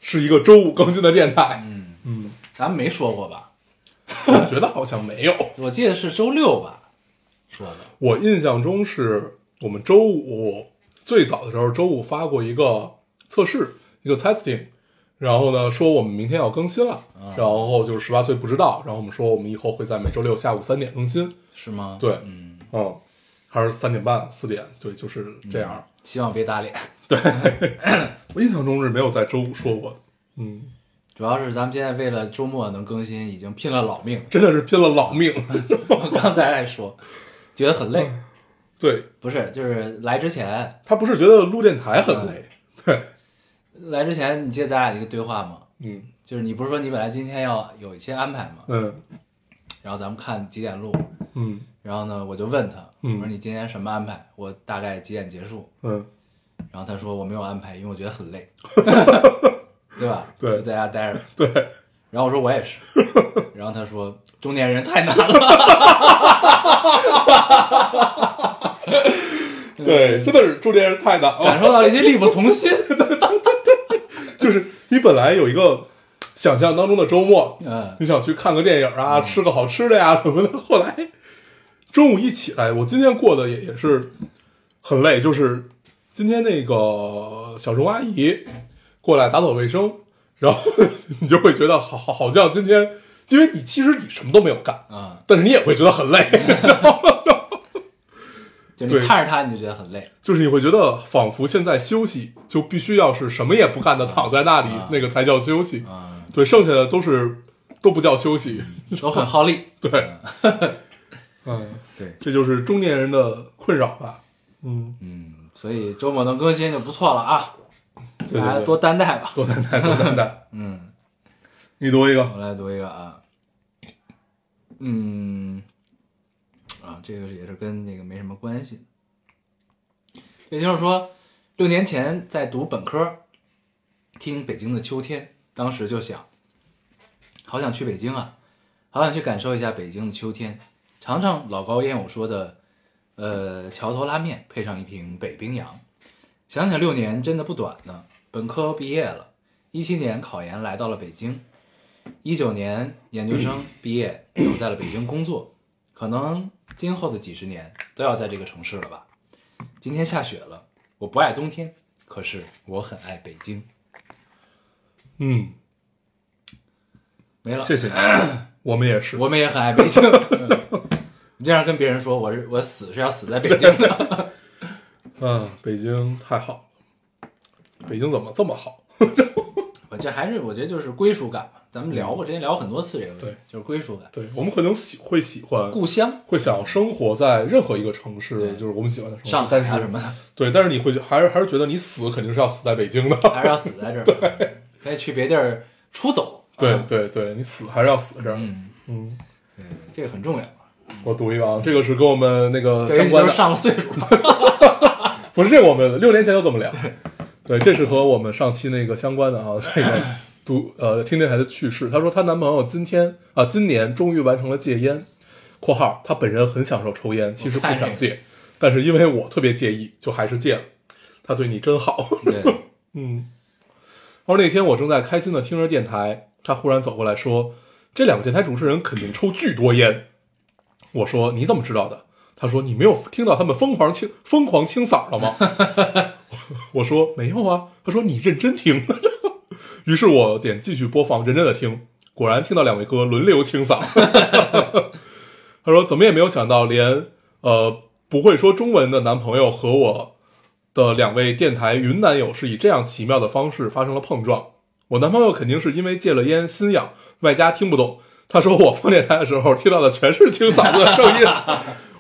[SPEAKER 4] 是一个周五更新的电台。嗯嗯，
[SPEAKER 3] 咱们没说过吧？
[SPEAKER 4] 我觉得好像没有。
[SPEAKER 3] 我记得是周六吧说的，
[SPEAKER 4] 我印象中是我们周五最早的时候，周五发过一个测试，一个 testing，然后呢说我们明天要更新了，然后就是十八岁不知道，然后我们说我们以后会在每周六下午三点更新，
[SPEAKER 3] 是吗？
[SPEAKER 4] 对
[SPEAKER 3] 嗯，
[SPEAKER 4] 嗯，还是三点半四点，对，就是这样。
[SPEAKER 3] 希望别打脸。
[SPEAKER 4] 我印象中是没有在周五说过的，嗯，
[SPEAKER 3] 主要是咱们现在为了周末能更新，已经拼了老命。
[SPEAKER 4] 真的是拼了老命， <laughs>
[SPEAKER 3] 我刚才还说，觉得很累，
[SPEAKER 4] 嗯对
[SPEAKER 3] 不是，就是来之前，
[SPEAKER 4] 他不是觉得录电台很累，对，
[SPEAKER 3] 来之前，你记得咱俩一个对话吗？
[SPEAKER 4] 嗯
[SPEAKER 3] 就是你不是说你本来今天要有一些安排吗？
[SPEAKER 4] 嗯
[SPEAKER 3] 然后咱们看几点录，
[SPEAKER 4] 嗯
[SPEAKER 3] 然后呢，我就问他，
[SPEAKER 4] 嗯
[SPEAKER 3] 我说你今天什么安排？我大概几点结束？
[SPEAKER 4] 嗯，
[SPEAKER 3] 然后他说我没有安排，因为我觉得很
[SPEAKER 4] <laughs>
[SPEAKER 3] 累，对吧？
[SPEAKER 4] 对
[SPEAKER 3] 就在家待着。
[SPEAKER 4] 对，
[SPEAKER 3] 然后我说我也是，然后他说中年人太难了，
[SPEAKER 4] 对，真的是中间人太难了，哦
[SPEAKER 3] 感受到了一些力不从心。 <laughs>
[SPEAKER 4] 就是你本来有一个想象当中的周末，
[SPEAKER 3] 嗯
[SPEAKER 4] 你想去看个电影啊，吃个好吃的呀、什么的。后来中午一起来，我今天过得也也是很累，就是今天那个小钟阿姨过来打扫卫生，然后 <laughs> 你就会觉得好好好像今天，因为你其实你什么都没有干，
[SPEAKER 3] 啊、
[SPEAKER 4] 但是你也会觉得很累，
[SPEAKER 3] 就
[SPEAKER 4] 对
[SPEAKER 3] 你看着他你就觉得很累，
[SPEAKER 4] <laughs> 就是你会觉得仿佛现在休息就必须要是什么也不干的躺在那里，那个才叫休息。
[SPEAKER 3] 啊、
[SPEAKER 4] 对，剩下的都是都不叫休息。
[SPEAKER 3] 都很耗力。
[SPEAKER 4] 对， <laughs> 嗯，
[SPEAKER 3] 对，
[SPEAKER 4] 这就是中年人的困扰吧。嗯，
[SPEAKER 3] 嗯，所以周末能更新就不错了啊，大
[SPEAKER 4] 对对
[SPEAKER 3] 家
[SPEAKER 4] 对，
[SPEAKER 3] 多担待吧。
[SPEAKER 4] 多担待，多担待。
[SPEAKER 3] <laughs> 嗯，
[SPEAKER 4] 你读一个，
[SPEAKER 3] 我来读一个啊，嗯，啊，这个也是跟那个没什么关系。也就是说，六年前在读本科，听《北京的秋天》，当时就想，好想去北京啊，好想去感受一下北京的秋天，尝尝老高烟友说的，呃，桥头拉面配上一瓶北冰洋。想想六年真的不短呢，本科毕业了，一七年考研来到了北京，一九年研究生毕
[SPEAKER 4] <clears throat>
[SPEAKER 3] 业留在了北京工作，可能今后的几十年都要在这个城市了吧。今天下雪了，我不爱冬天，可是我很爱北京。
[SPEAKER 4] 嗯，
[SPEAKER 3] 没了， <laughs>
[SPEAKER 4] 谢谢你，我们也是，
[SPEAKER 3] 我们也很爱北京。 <laughs> 嗯你这样跟别人说，我是我死是要死在北京
[SPEAKER 4] <laughs>
[SPEAKER 3] 的。
[SPEAKER 4] 嗯，北京太好了，北京怎么这么好？
[SPEAKER 3] 我这还是我觉得就是归属感嘛，咱们聊过，之前聊过很多次这个问题
[SPEAKER 4] 对，
[SPEAKER 3] 就是归属感，
[SPEAKER 4] 对我们可能喜会喜欢，
[SPEAKER 3] 故乡，
[SPEAKER 4] 会想要生活在任何一个城市，
[SPEAKER 3] 对
[SPEAKER 4] 就是我们喜欢的城市。
[SPEAKER 3] 上海
[SPEAKER 4] 但
[SPEAKER 3] 啊
[SPEAKER 4] 是
[SPEAKER 3] 什么的。
[SPEAKER 4] 对，但是你会还是还是觉得你死肯定是要死在北京
[SPEAKER 3] <laughs>
[SPEAKER 4] 的。
[SPEAKER 3] 还是要死在这儿，对，可以去别地儿出走。
[SPEAKER 4] 对
[SPEAKER 3] 啊，
[SPEAKER 4] 对对，你死还是要死这儿。
[SPEAKER 3] 嗯，
[SPEAKER 4] 嗯，
[SPEAKER 3] 对，这个很重要。
[SPEAKER 4] 我读一个啊，这个是跟我们那个
[SPEAKER 3] 对，
[SPEAKER 4] 相
[SPEAKER 3] 就
[SPEAKER 4] 关
[SPEAKER 3] 是
[SPEAKER 4] 的，
[SPEAKER 3] 上了岁数了，
[SPEAKER 4] 不是这个我们六年前就这么聊。对，这是和我们上期那个相关的啊，这个读呃听电台的趣事。她说她男朋友今天啊、今年终于完成了戒烟（括号她本人很享受抽烟，其实不
[SPEAKER 3] 我看这
[SPEAKER 4] 想
[SPEAKER 3] 个
[SPEAKER 4] 戒，但是因为我特别介意，就还是戒了。他对你真好。”
[SPEAKER 3] 对，
[SPEAKER 4] 嗯，然后那天我正在开心的听着电台，他忽然走过来说：“这两个电台主持人肯定抽巨多烟。”我说：“你怎么知道的？”他说：“你没有听到他们疯狂清疯狂清嗓了吗？” <laughs> 我说：“没有啊。”他说：“你认真听。” <laughs> 于是我点继续播放，认真的听，果然听到两位哥轮流清嗓。他说：“怎么也没有想到连，呃不会说中文的男朋友和我的两位电台云南友是以这样奇妙的方式发生了碰撞。我男朋友肯定是因为戒了烟心痒，外加听不懂。他说我放电台的时候听到的全是清嗓子的声音，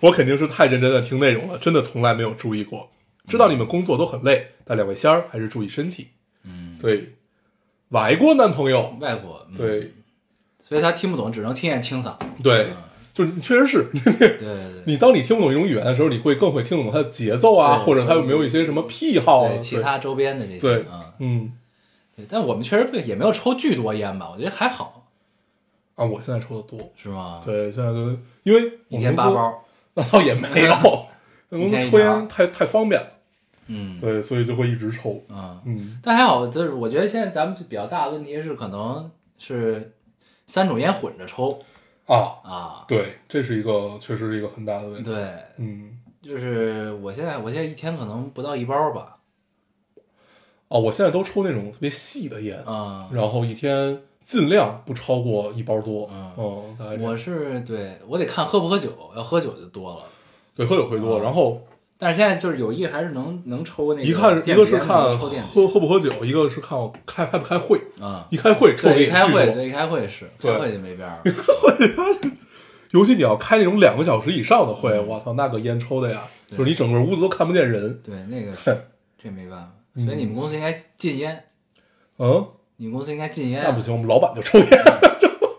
[SPEAKER 4] 我肯定是太认真的听内容了，真的从来没有注意过。知道你们工作都很累，但两位仙儿还是注意身体。
[SPEAKER 3] 嗯，
[SPEAKER 4] 对，外国男朋友，
[SPEAKER 3] 外国，嗯，
[SPEAKER 4] 对
[SPEAKER 3] 所以他听不懂，只能听见清嗓。
[SPEAKER 4] 对，就是你确实是
[SPEAKER 3] 对对对，
[SPEAKER 4] 你，当你听不懂一种语言的时候，你会更会听懂它的节奏啊，
[SPEAKER 3] 对
[SPEAKER 4] 或者它有没有一些什么癖好啊
[SPEAKER 3] 对，其他周边的这些
[SPEAKER 4] 对对
[SPEAKER 3] 啊，
[SPEAKER 4] 嗯。
[SPEAKER 3] 对，但我们确实不也没有抽巨多烟吧，我觉得还好，
[SPEAKER 4] 啊，我现在抽的多，
[SPEAKER 3] 是吗？，
[SPEAKER 4] 对，现在都因为我
[SPEAKER 3] 嗯一
[SPEAKER 4] 们
[SPEAKER 3] 天八
[SPEAKER 4] 公司，
[SPEAKER 3] 包，
[SPEAKER 4] <laughs> 那倒也没有，
[SPEAKER 3] <laughs>
[SPEAKER 4] 我
[SPEAKER 3] 一天
[SPEAKER 4] 们
[SPEAKER 3] 一
[SPEAKER 4] 抽
[SPEAKER 3] 条
[SPEAKER 4] 烟太太方便了，
[SPEAKER 3] 嗯
[SPEAKER 4] 对，所以就会一直抽，
[SPEAKER 3] 啊，
[SPEAKER 4] 嗯，
[SPEAKER 3] 但还好，就是我觉得现在咱们比较大的问题是，可能是三种烟混着抽
[SPEAKER 4] 啊，
[SPEAKER 3] 啊，
[SPEAKER 4] 对，这是一个确实是一个很大的问题，
[SPEAKER 3] 对，
[SPEAKER 4] 嗯，
[SPEAKER 3] 就是我现在我现在一天可能不到一包吧，
[SPEAKER 4] 哦，我现在都抽那种特别细的烟，
[SPEAKER 3] 啊、
[SPEAKER 4] 然后一天尽量不超过一包多，
[SPEAKER 3] 嗯
[SPEAKER 4] 嗯，大概这样
[SPEAKER 3] 我是对我得看喝不喝酒，要喝酒就多了。
[SPEAKER 4] 对喝酒会多，
[SPEAKER 3] 啊
[SPEAKER 4] 然后
[SPEAKER 3] 但是现在就是有意还是能能抽那个
[SPEAKER 4] 一看一
[SPEAKER 3] 电子
[SPEAKER 4] 个
[SPEAKER 3] 烟
[SPEAKER 4] 是看
[SPEAKER 3] 能抽电子
[SPEAKER 4] 喝喝不喝酒，一个是看我开开不开会，
[SPEAKER 3] 烟啊，
[SPEAKER 4] 一开会抽的
[SPEAKER 3] 对，
[SPEAKER 4] 也
[SPEAKER 3] 一开
[SPEAKER 4] 巨
[SPEAKER 3] 会
[SPEAKER 4] 多
[SPEAKER 3] 对一开会是
[SPEAKER 4] 对
[SPEAKER 3] 开会就没边儿了，
[SPEAKER 4] <laughs> 尤其你要开那种两个小时以上的会，我操，那个烟抽的呀，
[SPEAKER 3] 嗯对
[SPEAKER 4] 就是你整个屋子都看不见人。
[SPEAKER 3] 对那个是这没办法，所以你们公司应该禁烟，
[SPEAKER 4] 嗯，
[SPEAKER 3] 你们公司应该禁烟
[SPEAKER 4] 那
[SPEAKER 3] 啊
[SPEAKER 4] 不，行，我们老板就
[SPEAKER 3] <laughs>
[SPEAKER 4] 抽烟，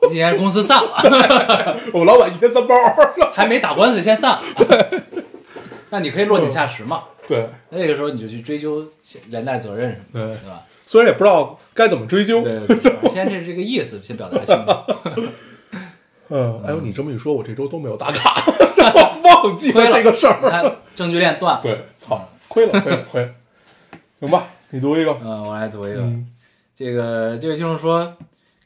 [SPEAKER 3] 禁烟公司散
[SPEAKER 4] <laughs>
[SPEAKER 3] 了，
[SPEAKER 4] 我们老板一天三包。
[SPEAKER 3] 还没打官司先散了。那你可以落
[SPEAKER 4] 嗯
[SPEAKER 3] 井下石嘛，
[SPEAKER 4] <laughs> 对，
[SPEAKER 3] 那这个时候你就去追究连带责任什么的，
[SPEAKER 4] 对
[SPEAKER 3] 对吧？
[SPEAKER 4] 虽然也不知道该怎么追究。
[SPEAKER 3] 对，对对现在这是这个意思，先表达
[SPEAKER 4] <laughs>
[SPEAKER 3] 清楚。
[SPEAKER 4] 嗯，哎呦，你这么一说，我这周都没有
[SPEAKER 3] <laughs>
[SPEAKER 4] 打卡，我忘记
[SPEAKER 3] 亏
[SPEAKER 4] 了
[SPEAKER 3] 了
[SPEAKER 4] 这个事
[SPEAKER 3] <laughs> 你
[SPEAKER 4] 儿。
[SPEAKER 3] 看证据链断了。
[SPEAKER 4] 对，操，亏了，
[SPEAKER 3] <laughs>
[SPEAKER 4] 亏了，亏了。行吧，你读一个。
[SPEAKER 3] 嗯，我来读一个。
[SPEAKER 4] 嗯
[SPEAKER 3] 这个这位听众说，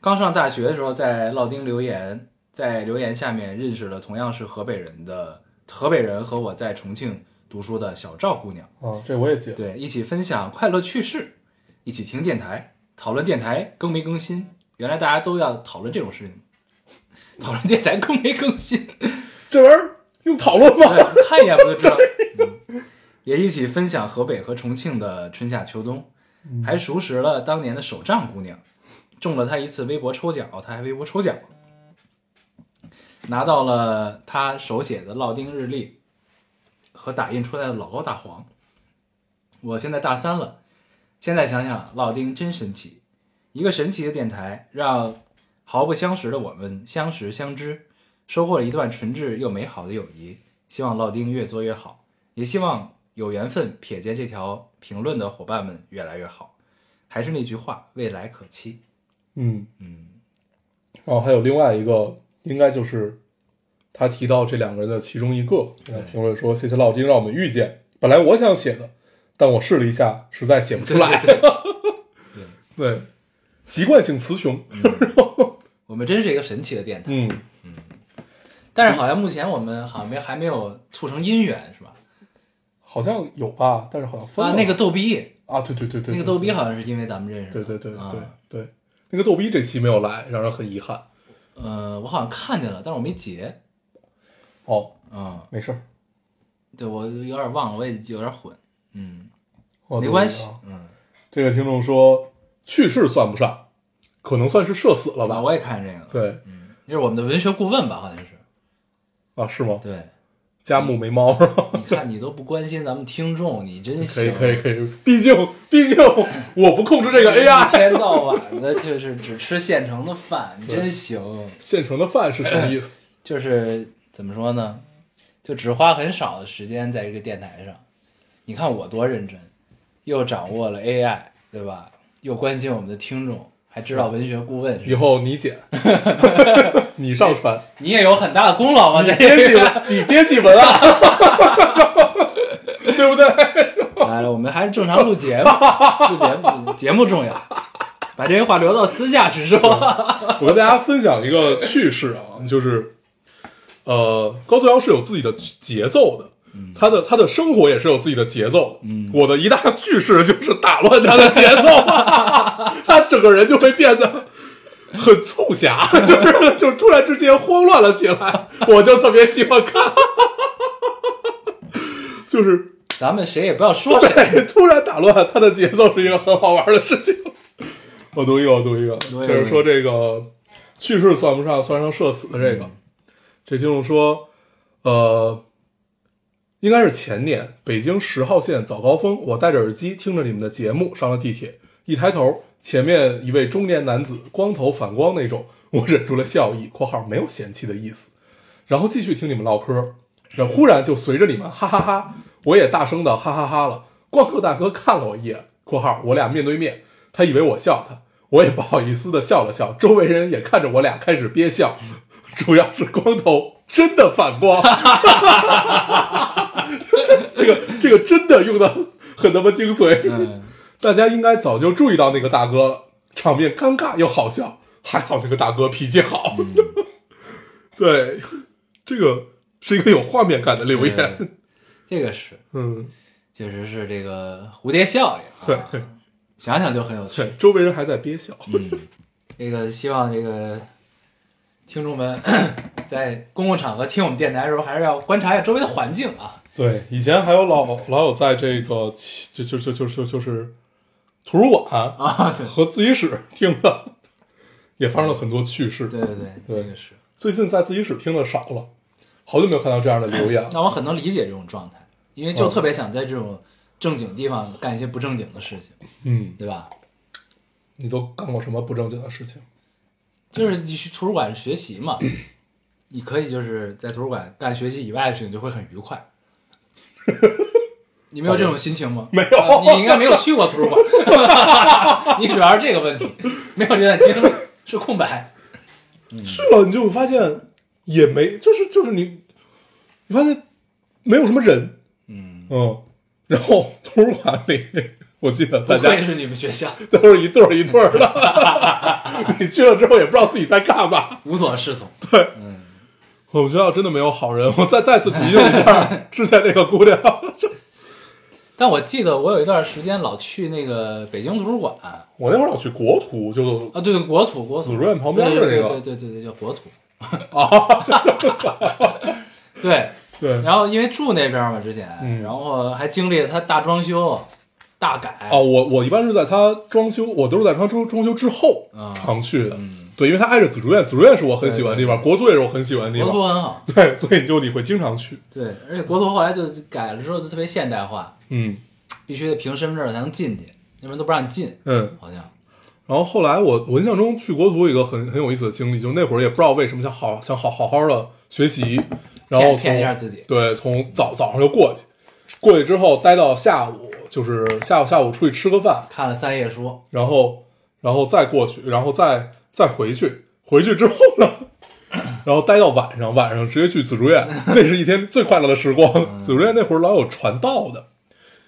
[SPEAKER 3] 刚上大学的时候在烙丁留言，在留言下面认识了同样是河北人的河北人和我在重庆读书的小赵姑娘，
[SPEAKER 4] 啊，这我也记了。
[SPEAKER 3] 对，一起分享快乐趣事，一起听电台，讨论电台更没更新。原来大家都要讨论这种事情，讨论电台更没更新。
[SPEAKER 4] 这玩意儿用讨论吗？
[SPEAKER 3] 对，看一眼我就知道。嗯也一起分享河北和重庆的春夏秋冬，还熟识了当年的手账姑娘，中了她一次微博抽奖，哦，她还微博抽奖拿到了她手写的烙丁日历和打印出来的老高大黄。我现在大三了，现在想想烙丁真神奇，一个神奇的电台让毫不相识的我们相识相知，收获了一段纯挚又美好的友谊。希望老丁越做越好，也希望有缘分瞥见这条评论的伙伴们越来越好。还是那句话，未来可期。
[SPEAKER 4] 嗯，
[SPEAKER 3] 嗯，
[SPEAKER 4] 然后还有另外一个，应该就是他提到这两个人的其中一个，给他评论说：“谢谢老丁让我们遇见。”本来我想写的，但我试了一下，实在写不出来。
[SPEAKER 3] 对对对
[SPEAKER 4] <laughs> 对，习惯性词穷。
[SPEAKER 3] 我们真是一个神奇的电台，
[SPEAKER 4] 嗯，
[SPEAKER 3] 但是好像目前我们好像没还没有促成姻缘，是吧？
[SPEAKER 4] 好像有吧，但是好像分了
[SPEAKER 3] 啊，那个逗逼，
[SPEAKER 4] 啊，对对哦对对，
[SPEAKER 3] 那个
[SPEAKER 4] 对
[SPEAKER 3] 逗逼好像是因为咱们认识的。
[SPEAKER 4] 对对对对
[SPEAKER 3] 啊
[SPEAKER 4] 对对，那个逗逼这期没有来，让人很遗憾。
[SPEAKER 3] 呃，我好像看见了，但是我没截。
[SPEAKER 4] 哦，
[SPEAKER 3] 嗯，
[SPEAKER 4] 没事儿，
[SPEAKER 3] 对我有点忘了，我也有点混。嗯，
[SPEAKER 4] 哦
[SPEAKER 3] 没关系
[SPEAKER 4] 对啊。
[SPEAKER 3] 嗯，
[SPEAKER 4] 这个听众说，去世算不上，可能算是社死了
[SPEAKER 3] 啊，
[SPEAKER 4] 吧？
[SPEAKER 3] 我也看见这个了。，
[SPEAKER 4] 对
[SPEAKER 3] 嗯，这是我们的文学顾问吧？好像是。
[SPEAKER 4] 啊，是吗？
[SPEAKER 3] 对，
[SPEAKER 4] 家木没猫是吧？
[SPEAKER 3] <laughs> 你看你都不关心咱们听众，你真
[SPEAKER 4] <laughs> 可
[SPEAKER 3] 行。
[SPEAKER 4] 以可以可以，毕竟毕竟我不控制这个
[SPEAKER 3] 一
[SPEAKER 4] AI。
[SPEAKER 3] 天到晚的就是只吃现成的饭，你真行。
[SPEAKER 4] 现成的饭是什么意思？
[SPEAKER 3] 就是怎么说呢，就只花很少的时间在这个电台上。你看我多认真，又掌握了 AI，对吧？又关心我们的听众，还知道文学顾问
[SPEAKER 4] 以
[SPEAKER 3] 是吧。
[SPEAKER 4] 后你剪， <laughs> 你上传，
[SPEAKER 3] 你也有很大的功劳嘛，在
[SPEAKER 4] 别
[SPEAKER 3] 这
[SPEAKER 4] 记
[SPEAKER 3] 个。
[SPEAKER 4] 文，你别记文啊，对不对？
[SPEAKER 3] 来了，我们还是正常录节目，录节目，节目重要，把这些话留到私下去说。
[SPEAKER 4] <laughs> 我跟大家分享一个趣事啊，就是，呃，高作阳是有自己的节奏的，他的他的生活也是有自己的节奏的。
[SPEAKER 3] 嗯
[SPEAKER 4] 我的一大趣事就是打乱他的节奏， <laughs> 他整个人就会变得很促狭，就是就突然之间慌乱了起来。我就特别喜欢看， <laughs> 就是
[SPEAKER 3] 咱们谁也不要
[SPEAKER 4] <laughs>
[SPEAKER 3] 说谁。
[SPEAKER 4] 对，突然打乱他的节奏是一个很好玩的事情。我读一个，我读一个，
[SPEAKER 3] 读一个
[SPEAKER 4] 就是说这个去世算不上，算上社死的这
[SPEAKER 3] 嗯
[SPEAKER 4] 个。这听众说，呃，应该是前年北京十号线早高峰，我戴着耳机听着你们的节目上了地铁，一抬头，前面一位中年男子，光头反光那种，我忍住了笑意（括号没有嫌弃的意思），然后继续听你们唠嗑，然后忽然就随着你们哈哈哈我也大声的哈哈哈了。光头大哥看了我一眼（括号我俩面对面），他以为我笑他，我也不好意思的笑了笑，周围人也看着我俩开始憋笑，主要是光头真的反光， <laughs> 这个这个真的用的很他妈精髓。
[SPEAKER 3] 嗯，
[SPEAKER 4] 大家应该早就注意到那个大哥了，场面尴尬又好笑，还好那个大哥脾气好。
[SPEAKER 3] 嗯
[SPEAKER 4] <laughs> 对，这个是一个有画面感的留
[SPEAKER 3] 对
[SPEAKER 4] 言。
[SPEAKER 3] 嗯这个是，
[SPEAKER 4] <laughs> 嗯，
[SPEAKER 3] 确实是这个蝴蝶效应、啊。
[SPEAKER 4] 对，
[SPEAKER 3] 想想就很有趣。
[SPEAKER 4] 对，周围人还在憋笑。
[SPEAKER 3] 嗯，这个希望这个听众们 <clears throat> 在公共场合听我们电台的时候，还是要观察一下周围的环境啊。
[SPEAKER 4] 对，以前还有老老有在这个就就就就就就是图书馆
[SPEAKER 3] 啊
[SPEAKER 4] 和自习室听的，也发生了很多趣事。
[SPEAKER 3] 对对对，
[SPEAKER 4] 对
[SPEAKER 3] 这个是。
[SPEAKER 4] 最近在自习室听的少了，好久没有看到这样的留言了。
[SPEAKER 3] 那我很能理解这种状态，因为就
[SPEAKER 4] 哦
[SPEAKER 3] 特别想在这种正经地方干一些不正经的事情，
[SPEAKER 4] 嗯，
[SPEAKER 3] 对吧？
[SPEAKER 4] 你都干过什么不正经的事情？
[SPEAKER 3] 就是你去图书馆学习嘛， <clears throat> 你可以就是在图书馆干学习以外的事情，就会很愉快。你没有这种心情吗？
[SPEAKER 4] 没有
[SPEAKER 3] 啊你应该没有去过图书馆， <laughs> 你主要是这个问题，没有这段经历是空白。
[SPEAKER 4] 去了你就会发现也没，就是就是你，你发现没有什么人，
[SPEAKER 3] 嗯，
[SPEAKER 4] 嗯，然后图书馆里，我记得
[SPEAKER 3] 不
[SPEAKER 4] 大家
[SPEAKER 3] 愧是你们学校，
[SPEAKER 4] 都是一对儿一对儿的， <laughs> 你去了之后也不知道自己在干嘛。
[SPEAKER 3] 无所适从。
[SPEAKER 4] 我学校真的没有好人，我再再次提醒一下之前那个姑娘， <laughs>
[SPEAKER 3] 但我记得我有一段时间老去那个北京图书馆啊，
[SPEAKER 4] 我那会儿老去国图，就
[SPEAKER 3] 对，国土国土
[SPEAKER 4] 紫苑旁边的那
[SPEAKER 3] 对
[SPEAKER 4] 个，
[SPEAKER 3] 对对对对，叫
[SPEAKER 4] <laughs>
[SPEAKER 3] 国土
[SPEAKER 4] 哦
[SPEAKER 3] 啊， <laughs> 对。
[SPEAKER 4] 对，
[SPEAKER 3] 然后因为住那边嘛，之前，
[SPEAKER 4] 嗯
[SPEAKER 3] 然后还经历了它大装修、大改。
[SPEAKER 4] 哦，，我我一般是在它装修，我都是在它装装修之后
[SPEAKER 3] 啊
[SPEAKER 4] 常去的。
[SPEAKER 3] 嗯
[SPEAKER 4] 对，因为它挨着紫竹院，紫竹院是我很喜欢的地方，
[SPEAKER 3] 对
[SPEAKER 4] 国都也是我很喜欢的地
[SPEAKER 3] 国土
[SPEAKER 4] 方。
[SPEAKER 3] 很好，
[SPEAKER 4] 对，所以就你会经常去。
[SPEAKER 3] 对，而且国土后来就改了之后就特别现代化，
[SPEAKER 4] 嗯
[SPEAKER 3] 必须得凭身份证才能进去，要不然都不让你进，
[SPEAKER 4] 嗯，
[SPEAKER 3] 好像。
[SPEAKER 4] 然然后后来我我印象中去国图有一个很很有意思的经历，就那会儿也不知道为什么想好想好好好的学习，然后
[SPEAKER 3] 骗骗一下
[SPEAKER 4] 从
[SPEAKER 3] 自己
[SPEAKER 4] 对，从早早上就过去，过去之后待到下午，就是下午下午出去吃个饭，
[SPEAKER 3] 看了三页书，
[SPEAKER 4] 然后然后再过去，然后再再回去，回去之后呢，然后待到晚上，晚上直接去紫竹院，那是一天最快乐的时光。紫竹院那会儿老有传道的，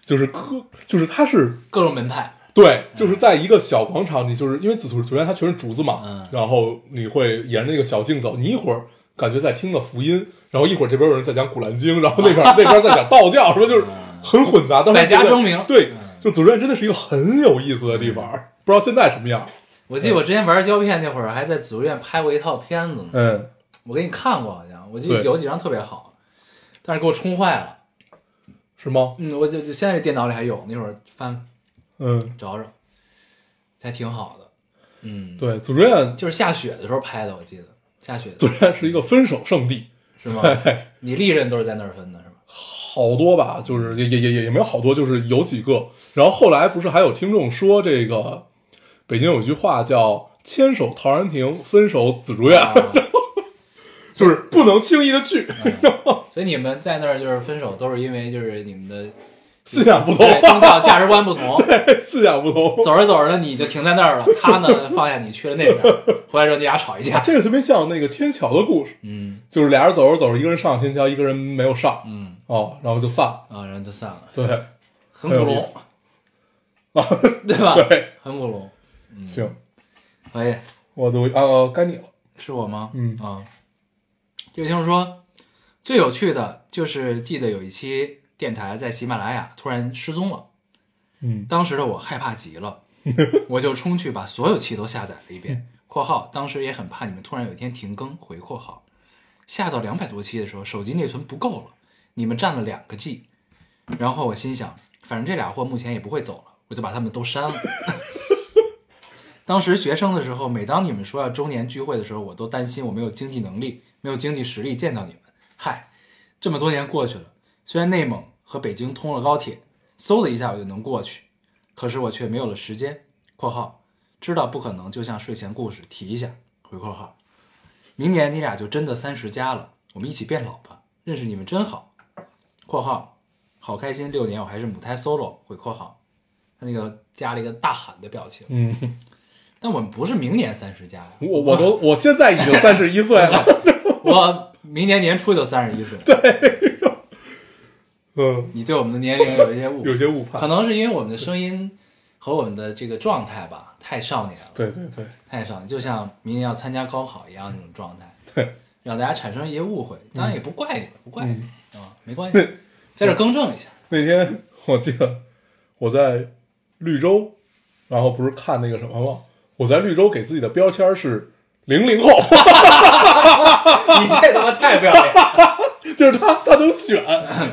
[SPEAKER 4] 就是科，就是它是
[SPEAKER 3] 各种门派，
[SPEAKER 4] 对，就是在一个小广场，你就是因为紫竹竹院它全是竹子嘛，
[SPEAKER 3] 嗯
[SPEAKER 4] 然后你会沿着那个小径走，你一会儿感觉在听的福音，然后一会儿这边有人在讲《古兰经》，然后
[SPEAKER 3] <laughs>
[SPEAKER 4] 那边那边在讲道教，什么就是很混杂。当时
[SPEAKER 3] 百家
[SPEAKER 4] 觉得
[SPEAKER 3] 争鸣嗯
[SPEAKER 4] 对，就紫竹院真的是一个很有意思的地方，不知道现在什么样。
[SPEAKER 3] 我记得我之前玩胶片那会儿，还在紫竹院拍过一套片子呢，
[SPEAKER 4] 嗯，
[SPEAKER 3] 我给你看过，好像我记得
[SPEAKER 4] 对
[SPEAKER 3] 有几张特别好，但是给我冲坏了。
[SPEAKER 4] 是吗？
[SPEAKER 3] 嗯，我就就现在这电脑里还有，那会儿翻
[SPEAKER 4] 嗯，
[SPEAKER 3] 找找，还挺好的。嗯，，
[SPEAKER 4] 对，紫竹院，
[SPEAKER 3] 就是下雪的时候拍的，我记得下雪的时
[SPEAKER 4] 紫
[SPEAKER 3] 候
[SPEAKER 4] 竹院是一个分手圣地，
[SPEAKER 3] 是吗？你历任都是在那儿分的是吗？
[SPEAKER 4] 好多吧，就是也也也也也没有好多，就是有几个。然后后来不是还有听众说这个北京有一句话叫“牵手陶然亭，分手紫竹院”，
[SPEAKER 3] 啊哦
[SPEAKER 4] 就是不能轻易的去， <laughs>
[SPEAKER 3] 所以你们在那儿就是分手，都是因为就是你们
[SPEAKER 4] <laughs>
[SPEAKER 3] 的
[SPEAKER 4] 思想不同，
[SPEAKER 3] 对宗教价值观不同，
[SPEAKER 4] <laughs> 思想不同。
[SPEAKER 3] 走着走着你就停在那儿了，他呢放下你去了那边，回来之后你俩吵一架。
[SPEAKER 4] 这个特别像那个天桥的故事，
[SPEAKER 3] 嗯
[SPEAKER 4] 就是俩人走着走着，一个人上了天桥，一个人没有上，
[SPEAKER 3] 嗯
[SPEAKER 4] 哦，然后就散了。
[SPEAKER 3] 啊，然后就散了，
[SPEAKER 4] 对，
[SPEAKER 3] 很古
[SPEAKER 4] 很有
[SPEAKER 3] 龙
[SPEAKER 4] 意 <laughs> 思，啊
[SPEAKER 3] 对吧？
[SPEAKER 4] 对，
[SPEAKER 3] 很古龙。
[SPEAKER 4] 行，
[SPEAKER 3] 可以，
[SPEAKER 4] 我都啊、呃该你了。
[SPEAKER 3] 是我吗？
[SPEAKER 4] 嗯
[SPEAKER 3] 啊，这位听众说，最有趣的就是记得有一期电台在喜马拉雅突然失踪了，
[SPEAKER 4] 嗯
[SPEAKER 3] 当时的我害怕极了，我就冲去把所有期都下载了一遍 <laughs> （括号当时也很怕你们突然有一天停更）回括号，下到两百多期的时候，手机内存不够了，你们占了两个 G，然后我心想，反正这俩货目前也不会走了，我就把他们都删了。当时学生的时候，每当你们说要周年聚会的时候，我都担心我没有经济能力、没有经济实力见到你们。嗨，这么多年过去了，虽然内蒙和北京通了高铁，嗖的一下我就能过去，可是我却没有了时间。（括号知道不可能，就像睡前故事提一下。）回括号，明年你俩就真的三十加了，我们一起变老吧。认识你们真好。（括号好开心，六年我还是母胎 solo。）回括号，他那个加了一个大喊的表情。
[SPEAKER 4] 嗯， <laughs>
[SPEAKER 3] 但我们不是明年三十加呀，
[SPEAKER 4] 我
[SPEAKER 3] <laughs>
[SPEAKER 4] 我都我现在已经三十一岁了。
[SPEAKER 3] 我明年年初就三十一岁。对，
[SPEAKER 4] 嗯，
[SPEAKER 3] 你对我们的年龄有一些误，
[SPEAKER 4] 有些误判
[SPEAKER 3] 可。能是因为我们的声音和我们的这个状态吧，太少年了，
[SPEAKER 4] 对对对，
[SPEAKER 3] 太少年，就像明年要参加高考一样那种状态，
[SPEAKER 4] 对，
[SPEAKER 3] 让大家产生一些误会。当然也不怪你们，不怪你们啊，没关系
[SPEAKER 4] 对，
[SPEAKER 3] 在这更正一下。
[SPEAKER 4] 那天我记得我在绿洲，然后不是看那个什么吗？我在绿洲给自己的标签是零零后， <laughs>
[SPEAKER 3] 你这他妈太不要脸了！
[SPEAKER 4] 就是他他能选，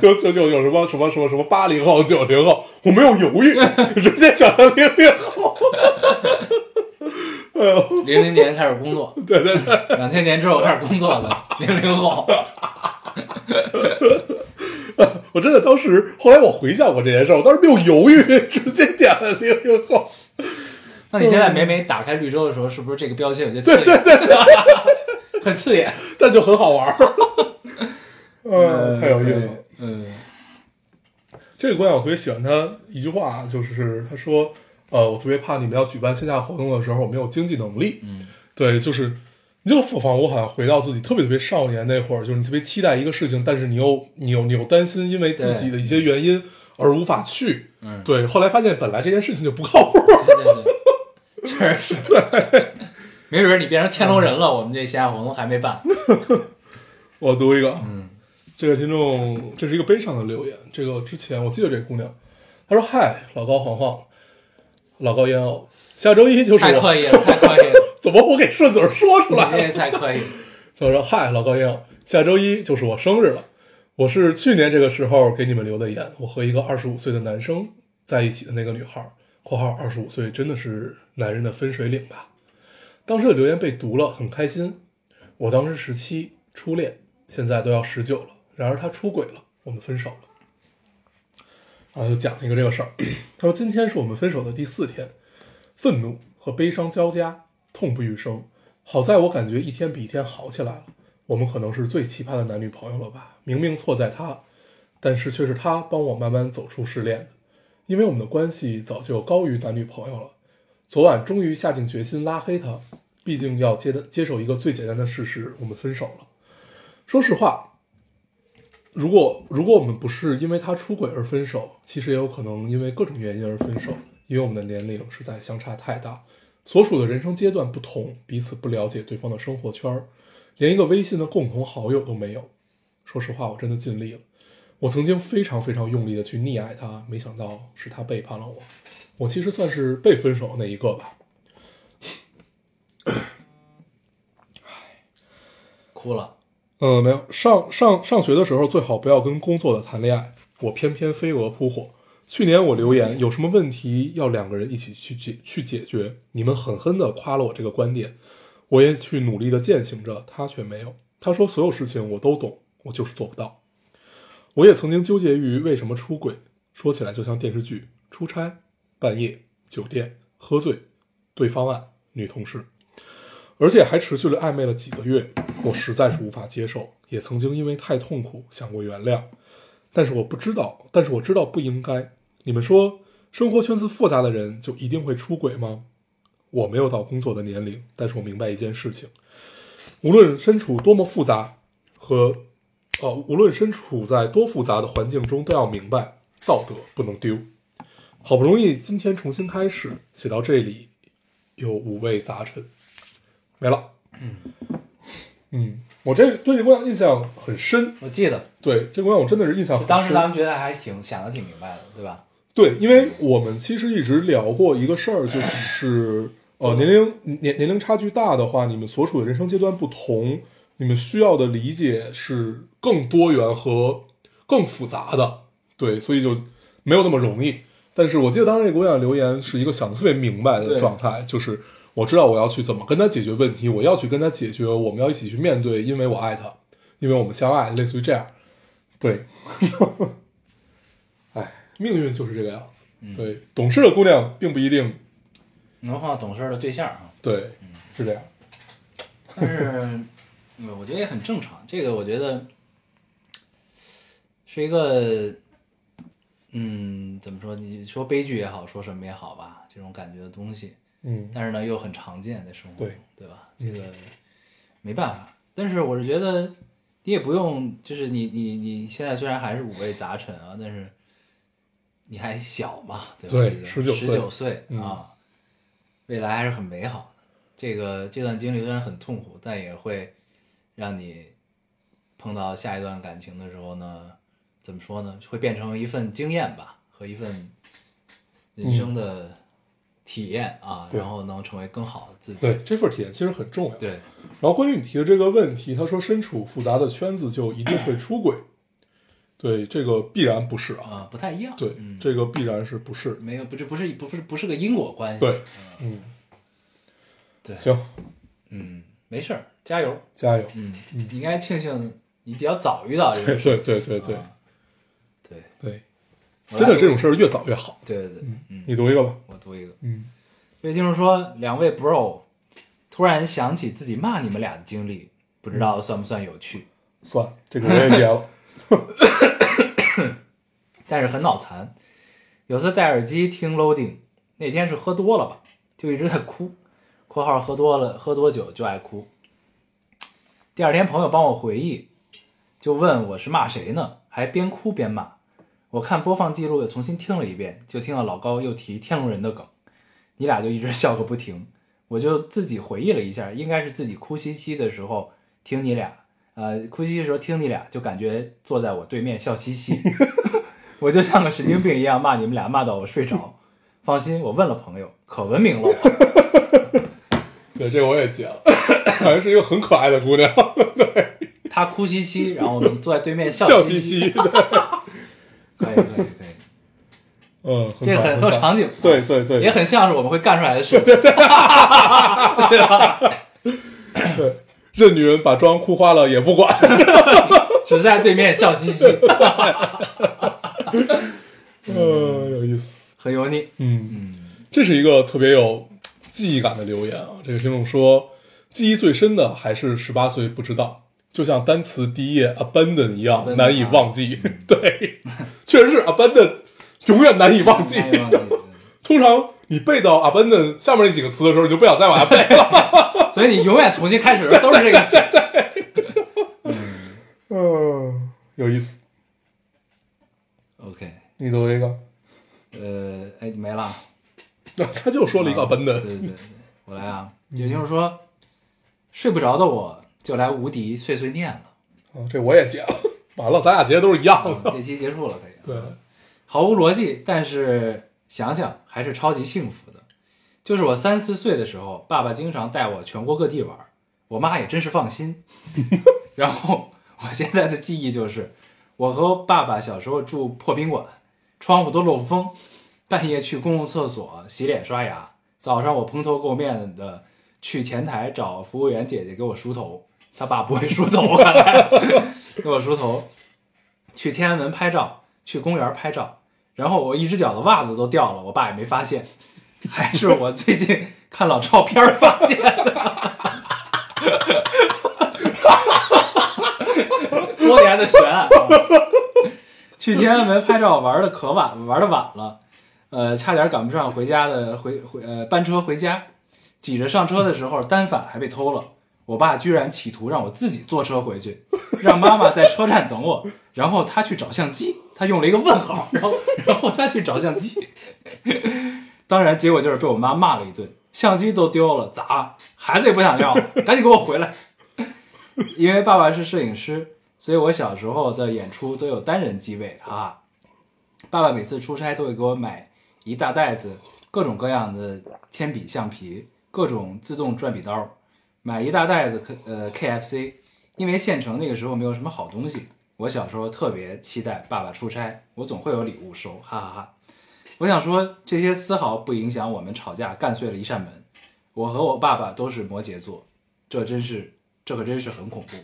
[SPEAKER 4] 有有有有什么什么什么什么八零后、九零后，我没有犹豫，直接选了零零后。 <laughs> 哎呦，
[SPEAKER 3] 零零年开始工作，
[SPEAKER 4] 对对对，
[SPEAKER 3] 两千年之后开始工作的零零后，
[SPEAKER 4] 我真的当时，后来我回想过这件事儿，我当时没有犹豫，直接点了零零后。
[SPEAKER 3] 那你现在每每打开绿洲的时候，是不是这个标签有些刺眼？ <laughs> 很刺眼。
[SPEAKER 4] 但就很好玩儿， <laughs> 嗯，很有意思。
[SPEAKER 3] 嗯。嗯，
[SPEAKER 4] 这个观点我特别喜欢他一句话，就是他说，呃，我特别怕你们要举办线下活动的时候，我没有经济能力。嗯，对，就是你就仿佛好像回到自己特别特别少年那会儿，就是你特别期待一个事情，但是你又你又你又担心因为自己的一些原因而无法去。
[SPEAKER 3] 嗯
[SPEAKER 4] 对，后来发现本来这件事情就不靠谱。
[SPEAKER 3] 对对对，确实是。 <laughs> 没准儿你变成天龙人了，我们这线下活动还没办。
[SPEAKER 4] <laughs> 我读一个，嗯，这个听众这是一个悲伤的留言。这个之前我记得这个姑娘，她说：“嗨，老高黄黄，老高烟偶，下周一就是
[SPEAKER 3] 太
[SPEAKER 4] 我
[SPEAKER 3] 刻意了，太刻意 <laughs> 了，
[SPEAKER 4] 怎么我给顺嘴儿说出
[SPEAKER 3] 你
[SPEAKER 4] 来
[SPEAKER 3] 这也
[SPEAKER 4] 了？
[SPEAKER 3] 太刻意了。
[SPEAKER 4] 他说：“嗨，老高烟友，下周一就是我生日了。我是去年这个时候给你们留的言，我和一个二十五岁的男生在一起的那个女孩儿（括号二十五岁真的是男人的分水岭吧）。当时的留言被读了，很开心。我当时十七，初恋，现在都要十九了。然而他出轨了，我们分手了。”啊 <clears throat> 然后就讲了一个这个事儿。他说：“今天是我们分手的第四天，愤怒和和悲伤交加，痛不欲生。好在我感觉一天比一天好起来了。我们可能是最奇葩的男女朋友了吧？明明错在他，但是却是他帮我慢慢走出失恋的，因为我们的关系早就高于男女朋友了。昨晚终于下定决心拉黑他，毕竟要接的接受一个最简单的事实：我们分手了。说实话，如果如果我们不是因为他出轨而分手，其实也有可能因为各种原因而分手，因为我们的年龄实在相差太大，所处的人生阶段不同，彼此不了解对方的生活圈儿，连一个微信的共同好友都没有。说实话，我真的尽力了，我曾经非常非常用力的去溺爱他，没想到是他背叛了我。我其实算是被分手的那一个吧。
[SPEAKER 3] 哭了。
[SPEAKER 4] 嗯，没有。上上上学的时候，最好不要跟工作的谈恋爱。我偏偏飞蛾扑火。去年我留言有什么问题要两个人一起去解去解决，你们狠狠地夸了我这个观点，我也去努力地践行着，他却没有。他说所有事情我都懂，我就是做不到。我也曾经纠结于为什么出轨，说起来就像电视剧：出差、半夜、酒店、喝醉、对方案、女同事。而且还持续了暧昧了几个月，我实在是无法接受，也曾经因为太痛苦想过原谅，但是我不知道，但是我知道不应该。你们说，生活圈子复杂的人就一定会出轨吗？我没有到工作的年龄，但是我明白一件事情：无论身处多么复杂和，呃，无论身处在多复杂的环境中，都要明白道德不能丢。好不容易今天重新开始，写到这里有五味杂陈。没了。嗯我这对这姑娘印象很深，
[SPEAKER 3] 我记得
[SPEAKER 4] 对这姑娘我真的是印象很深。
[SPEAKER 3] 当时咱们觉得还挺想的挺明白的，对吧？
[SPEAKER 4] 对，因为我们其实一直聊过一个事儿，就是呃年龄年年龄差距大的话，你们所处的人生阶段不同，你们需要的理解是更多元和更复杂的，对，所以就没有那么容易。但是我记得当时那姑娘留言是一个想的特别明白的
[SPEAKER 3] 对
[SPEAKER 4] 状态，就是我知道我要去怎么跟她解决问题，我要去跟她解决，我们要一起去面对，因为我爱她，因为我们相爱，类似于这样。对，哎，命运就是这个样子。
[SPEAKER 3] 嗯
[SPEAKER 4] 对，懂事的姑娘并不一定
[SPEAKER 3] 能换懂事儿的对象啊，
[SPEAKER 4] 对，是这样。
[SPEAKER 3] 但是嗯我觉得也很正常。这个我觉得是一个，嗯，怎么说？你说悲剧也好，说什么也好吧，这种感觉的东西，
[SPEAKER 4] 嗯，
[SPEAKER 3] 但是呢又很常见在生活中，
[SPEAKER 4] 对
[SPEAKER 3] 对吧？这个没办法。但是我是觉得你也不用，就是你你你现在虽然还是五味杂陈啊，但是你还小嘛，对吧？
[SPEAKER 4] 对
[SPEAKER 3] 十
[SPEAKER 4] 19岁
[SPEAKER 3] 十九岁
[SPEAKER 4] 嗯
[SPEAKER 3] 啊，未来还是很美好的。这个这段经历虽然很痛苦，但也会让你碰到下一段感情的时候呢，怎么说呢？会变成一份经验吧，和一份人生的体验啊，
[SPEAKER 4] 嗯对
[SPEAKER 3] 然后能成为更好的自己。
[SPEAKER 4] 对，这份体验其实很重要。
[SPEAKER 3] 对
[SPEAKER 4] 然后关于你提的这个问题，他说身处复杂的圈子就一定会出轨，对，这个必然不是啊，
[SPEAKER 3] 啊、不太一样。
[SPEAKER 4] 对，
[SPEAKER 3] 嗯，
[SPEAKER 4] 这个必然是不是？
[SPEAKER 3] 没有，不是不是不是不是个因果关系。
[SPEAKER 4] 对，嗯，
[SPEAKER 3] 对，
[SPEAKER 4] 行，
[SPEAKER 3] 嗯，没事儿，加油。
[SPEAKER 4] 加油。
[SPEAKER 3] 嗯，你应该庆幸你比较早遇到这
[SPEAKER 4] 对
[SPEAKER 3] 个事儿。
[SPEAKER 4] 对对对对
[SPEAKER 3] 啊对，
[SPEAKER 4] 对，
[SPEAKER 3] 我
[SPEAKER 4] 真的
[SPEAKER 3] 来
[SPEAKER 4] 这种事儿越早越好。
[SPEAKER 3] 对对对，嗯，
[SPEAKER 4] 你读一个吧。
[SPEAKER 3] 我读一个。
[SPEAKER 4] 嗯
[SPEAKER 3] 岳听众说，两位 bro，突然想起自己骂你们俩的经历，不知道算不算有趣，
[SPEAKER 4] 算了，这个我也别了。
[SPEAKER 3] <laughs> 但是很脑残。有次戴耳机听 loading，那天是喝多了吧，就一直在哭（括号喝多了，喝多酒就爱哭）。第二天朋友帮我回忆，就问我是骂谁呢，还边哭边骂。我看播放记录又重新听了一遍，就听到老高又提天龙人的梗，你俩就一直笑个不停。我就自己回忆了一下，应该是自己哭兮兮的时候听你俩，呃，哭兮兮的时候听你俩，就感觉坐在我对面笑嘻嘻，我就像个神经病一样骂你们俩，骂到我睡着。 <laughs> 放心，我问了朋友，可文明了 <laughs> 我。
[SPEAKER 4] 对，这个我也截了。 <coughs> 好像是一个很可爱的姑娘，
[SPEAKER 3] 他哭兮兮，然后我们坐在对面笑
[SPEAKER 4] <laughs> 笑嘻
[SPEAKER 3] 嘻
[SPEAKER 4] 嘻的。
[SPEAKER 3] 可以可以可以，
[SPEAKER 4] 嗯，
[SPEAKER 3] 这
[SPEAKER 4] 可爱
[SPEAKER 3] 很很有
[SPEAKER 4] 可爱
[SPEAKER 3] 场景，
[SPEAKER 4] 对对对，
[SPEAKER 3] 也很像是我们会干出来的事， <laughs> 对吧？
[SPEAKER 4] 任女人把妆哭花了也不管。
[SPEAKER 3] <laughs> 只是在对面笑嘻嘻，
[SPEAKER 4] 嗯，有意思。 <laughs>
[SPEAKER 3] 很油腻。嗯
[SPEAKER 4] 嗯，这是一个特别有记忆感的留言啊。这个听众说，记忆最深的还是十八岁不知道，就像单词第一页 abandon 一样
[SPEAKER 3] abandon，啊
[SPEAKER 4] 难以忘记。 <laughs> 对，确实是 abandon，永远难以忘记。
[SPEAKER 3] 哎忘记对
[SPEAKER 4] 通常你背到 abandon 下面那几个词的时候，你就不想再往
[SPEAKER 3] <laughs>
[SPEAKER 4] 下背了。
[SPEAKER 3] 所以你永远重新开始都是这个 <laughs> 词。
[SPEAKER 4] 嗯，有意思。
[SPEAKER 3] OK，
[SPEAKER 4] 你读一个， <laughs>
[SPEAKER 3] 呃，哎，没了。
[SPEAKER 4] 他就说了一个 abandon，、
[SPEAKER 3] 对对对，我来啊，也就是说，睡不着的我就来无敌碎碎念了。
[SPEAKER 4] 啊，这我也接了。完了，咱俩接的都是一样的。
[SPEAKER 3] 这期结束了，可以。
[SPEAKER 4] 嗯
[SPEAKER 3] 啊
[SPEAKER 4] 对，
[SPEAKER 3] 毫无逻辑，但是想想还是超级幸福的。就是我三四岁的时候，爸爸经常带我全国各地玩，我妈也真是放心。 <laughs> 然后我现在的记忆就是，我和爸爸小时候住破宾馆，窗户都漏风，半夜去公共厕所洗脸刷牙，早上我蓬头垢面的去前台找服务员姐姐给我梳头，他爸不会梳头，看 <laughs> 来给我梳头，去天安门拍照，去公园拍照，然后我一只脚的袜子都掉了，我爸也没发现，还是我最近看老照片儿发现的。多年的悬案、啊。去天安门拍照玩的可晚，玩的晚了，呃，差点赶不上回家的回回呃班车回家，挤着上车的时候单反还被偷了。我爸居然企图让我自己坐车回去，让妈妈在车站等我，然后他去找相机，他用了一个问号，然后然后他去找相机， <laughs> 当然结果就是被我妈骂了一顿，相机都丢了，咋？孩子也不想要了，赶紧给我回来。 <laughs> 因为爸爸是摄影师，所以我小时候的演出都有单人机位啊。爸爸每次出差都会给我买一大袋子各种各样的铅笔、橡皮，各种自动转笔刀，买一大袋子 K 呃 KFC，因为县城那个时候没有什么好东西。我小时候特别期待爸爸出差，我总会有礼物收，哈哈哈。我想说，这些丝毫不影响我们吵架干碎了一扇门。我和我爸爸都是摩羯座，这真是，这可真是很恐怖。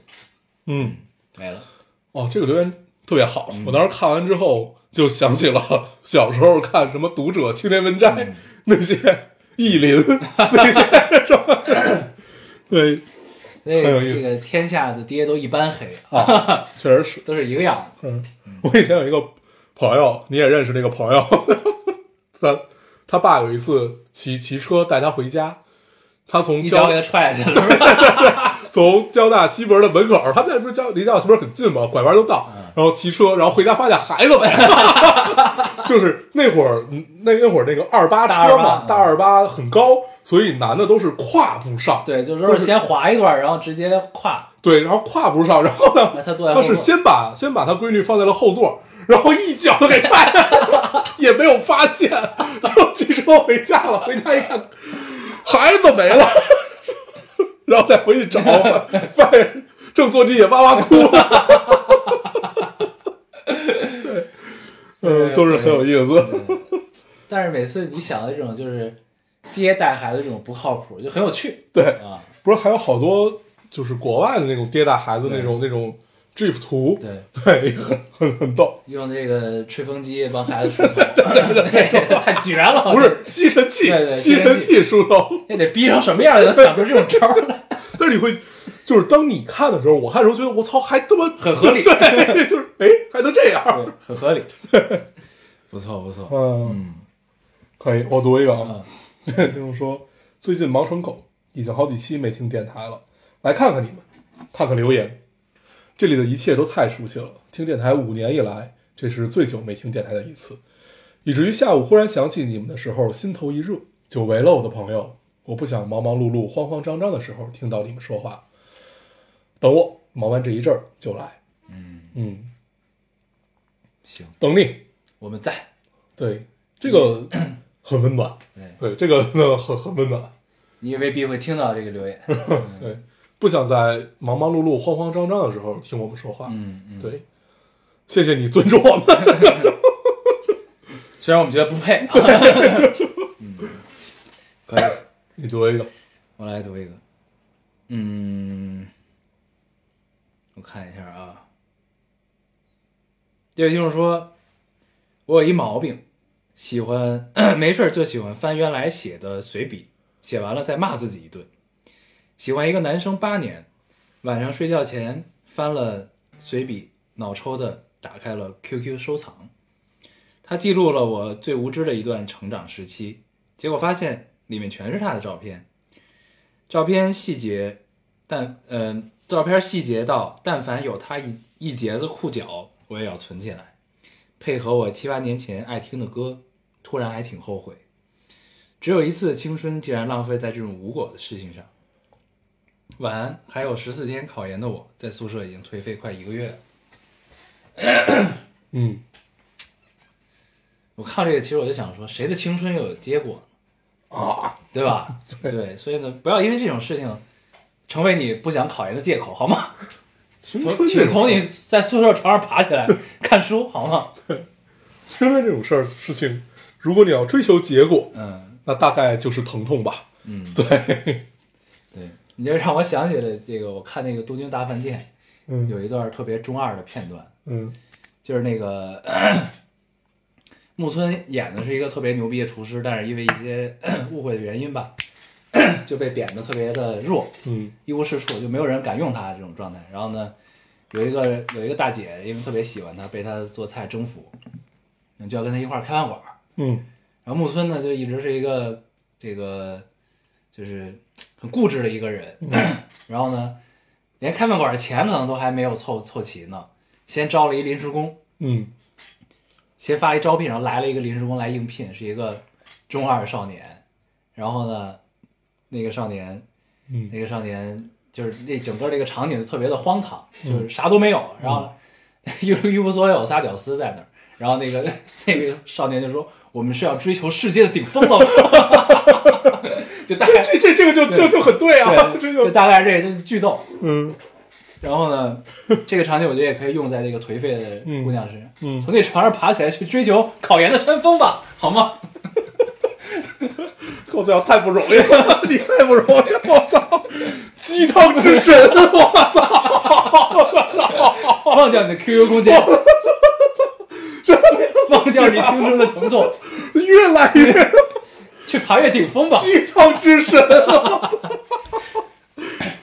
[SPEAKER 4] 嗯，
[SPEAKER 3] 没了，
[SPEAKER 4] 哦，这个留言特别好，我当时看完之后就想起了小时候看什么《读者》《青年文摘》那些意林那些什么， <laughs> 对
[SPEAKER 3] 所以
[SPEAKER 4] 很有意
[SPEAKER 3] 这
[SPEAKER 4] 思
[SPEAKER 3] 个天下的爹都一般黑，
[SPEAKER 4] 啊，确实是。
[SPEAKER 3] 都是一个样子。
[SPEAKER 4] 嗯，我以前有一个朋友，你也认识那个朋友，他他爸有一次骑骑车带他回家，他从
[SPEAKER 3] 一脚
[SPEAKER 4] 交
[SPEAKER 3] 给他踹下去了，是吧？
[SPEAKER 4] 从交大西门的门口，他们那不是交离交大西门很近嘛，拐弯就到，
[SPEAKER 3] 嗯
[SPEAKER 4] 然后骑车，然后回家发现孩子没了， <laughs> 就是那会儿那那会儿那个二八
[SPEAKER 3] 大
[SPEAKER 4] 车
[SPEAKER 3] 二八
[SPEAKER 4] 嘛
[SPEAKER 3] 嗯，
[SPEAKER 4] 大二八很高，所以男的都是跨步上，
[SPEAKER 3] 对，就是说是先滑一段，然后直接跨。
[SPEAKER 4] 对，然后跨步上，然后呢
[SPEAKER 3] 那，他坐在
[SPEAKER 4] 他
[SPEAKER 3] 后座
[SPEAKER 4] 是先把先把他闺女放在了后座，然后一脚就给踹下去了，也没有发现，就骑车回家了。回家一看，孩子没了，然后再回去找，发现正坐地下哇哇哭。对，嗯，都是很有意思。
[SPEAKER 3] 但是每次你想的这种就是爹带孩子这种不靠谱，就很有趣
[SPEAKER 4] 对，
[SPEAKER 3] 啊。
[SPEAKER 4] 不是还有好多就是国外的那种爹带孩子那种那种 GIF 图，
[SPEAKER 3] 对，
[SPEAKER 4] 对，很很很逗。
[SPEAKER 3] 用这个吹风机帮孩子梳头，太绝了！
[SPEAKER 4] 不是吸尘器
[SPEAKER 3] 哦对，对
[SPEAKER 4] 吸尘器梳头。
[SPEAKER 3] 这得逼成什么样才能想出这种招儿来？
[SPEAKER 4] 但是你会，就是当你看的时候，我看的时候觉得我操，还他妈
[SPEAKER 3] 很合理
[SPEAKER 4] 对，就是哎，还
[SPEAKER 3] <laughs>
[SPEAKER 4] 能这样，
[SPEAKER 3] 对，很合理。不错不错，
[SPEAKER 4] 嗯，
[SPEAKER 3] 嗯，
[SPEAKER 4] 可以，我读一个啊。 <laughs> 这种说，最近忙成狗，已经好几期没听电台了，来看看你们，看看留言，这里的一切都太熟悉了。听电台五年以来，这是最久没听电台的一次，以至于下午忽然想起你们的时候，心头一热。久违了我的朋友，我不想忙忙碌碌、慌慌张张的时候听到你们说话。等我忙完这一阵儿就来。嗯嗯，
[SPEAKER 3] 行，
[SPEAKER 4] 等你。
[SPEAKER 3] 我们在。
[SPEAKER 4] 对，这个很温暖。
[SPEAKER 3] 对
[SPEAKER 4] 对，这个 <laughs> 呢很很温暖。
[SPEAKER 3] 你也未必会听到这个留言。
[SPEAKER 4] 对，不想在忙忙碌碌、慌慌张张的时候听我们说话。
[SPEAKER 3] 嗯嗯，
[SPEAKER 4] 对，谢谢你尊重我们。 <laughs>
[SPEAKER 3] 虽然我们觉得不配。嗯，可以，
[SPEAKER 4] 你读一个，
[SPEAKER 3] 我来读一个。嗯，我看一下啊。这位听众说， <coughs> 我有一毛病，喜欢没事儿就喜欢翻原来写的随笔，写完了再骂自己一顿。喜欢一个男生八年，晚上睡觉前翻了随笔，脑抽的打开了 QQ 收藏，他记录了我最无知的一段成长时期，结果发现里面全是他的照片，照片细节，但嗯、照片细节到但凡有他一一截子裤脚，我也要存起来，配合我七八年前爱听的歌，突然还挺后悔，只有一次青春竟然浪费在这种无果的事情上。晚安，还有十四天考研的我，在宿舍已经颓废快一个月了。
[SPEAKER 4] 嗯，
[SPEAKER 3] 我看这个，其实我就想说，谁的青春又有结果啊？对吧？对，所以呢，不要因为这种事情成为你不想考研的借口，好吗？
[SPEAKER 4] 青春
[SPEAKER 3] 从
[SPEAKER 4] 这
[SPEAKER 3] 请
[SPEAKER 4] 种
[SPEAKER 3] 从你在宿舍床上爬起 <laughs> 来看书，好吗？
[SPEAKER 4] 青春这种事儿事情，如果你要追求结果，
[SPEAKER 3] 嗯
[SPEAKER 4] 那大概就是疼痛吧。
[SPEAKER 3] 嗯，
[SPEAKER 4] 对，
[SPEAKER 3] 对，你就让我想起了这个，我看那个《东京大饭店》
[SPEAKER 4] 嗯
[SPEAKER 3] 有一段特别中二的片段，
[SPEAKER 4] 嗯
[SPEAKER 3] 就是那个 <coughs> 咳木村演的是一个特别牛逼的厨师，但是因为一些 <coughs> 咳误会的原因吧， <coughs> 咳就被贬得特别的弱，
[SPEAKER 4] 嗯
[SPEAKER 3] 一无是处，就没有人敢用他这种状态。然后呢，有一个有一个大姐，因为特别喜欢他，被他做菜征服，就要跟他一块儿开饭馆儿。
[SPEAKER 4] 嗯
[SPEAKER 3] 然后木村呢，就一直是一个这个就是很固执的一个人， <clears throat> 然后呢，连开饭馆的钱可能都还没有凑凑齐呢，先招了一临时工，
[SPEAKER 4] 嗯
[SPEAKER 3] 先发一招聘，然后来了一个临时工来应聘，是一个中二少年，然后呢，那个少年
[SPEAKER 4] 嗯
[SPEAKER 3] 那个少年就是那整个这个场景就特别的荒唐，就是啥都没有，
[SPEAKER 4] 嗯
[SPEAKER 3] 然后一无一无所有，仨屌丝在那儿，然后那个那个少年就说：“我们是要追求世界的顶峰了吗。” <laughs> 就大概
[SPEAKER 4] 这这这个就就就很对啊，
[SPEAKER 3] 对，
[SPEAKER 4] <laughs> 这
[SPEAKER 3] 就
[SPEAKER 4] 就
[SPEAKER 3] 大概这个就是巨逗。
[SPEAKER 4] 嗯
[SPEAKER 3] 然后呢，这个场景我觉得也可以用在这个颓废的姑娘身上，
[SPEAKER 4] 嗯
[SPEAKER 3] 从那床上爬起来去追求考研的山峰吧，好吗？
[SPEAKER 4] 我操，太不容易了，你太不容易了，我操，鸡汤之神，我操，
[SPEAKER 3] 忘掉你的 QQ 空间，忘掉你青春的疼痛，
[SPEAKER 4] 越来越
[SPEAKER 3] 去爬越顶 <laughs> 峰吧。
[SPEAKER 4] 鸡汤之神，我操，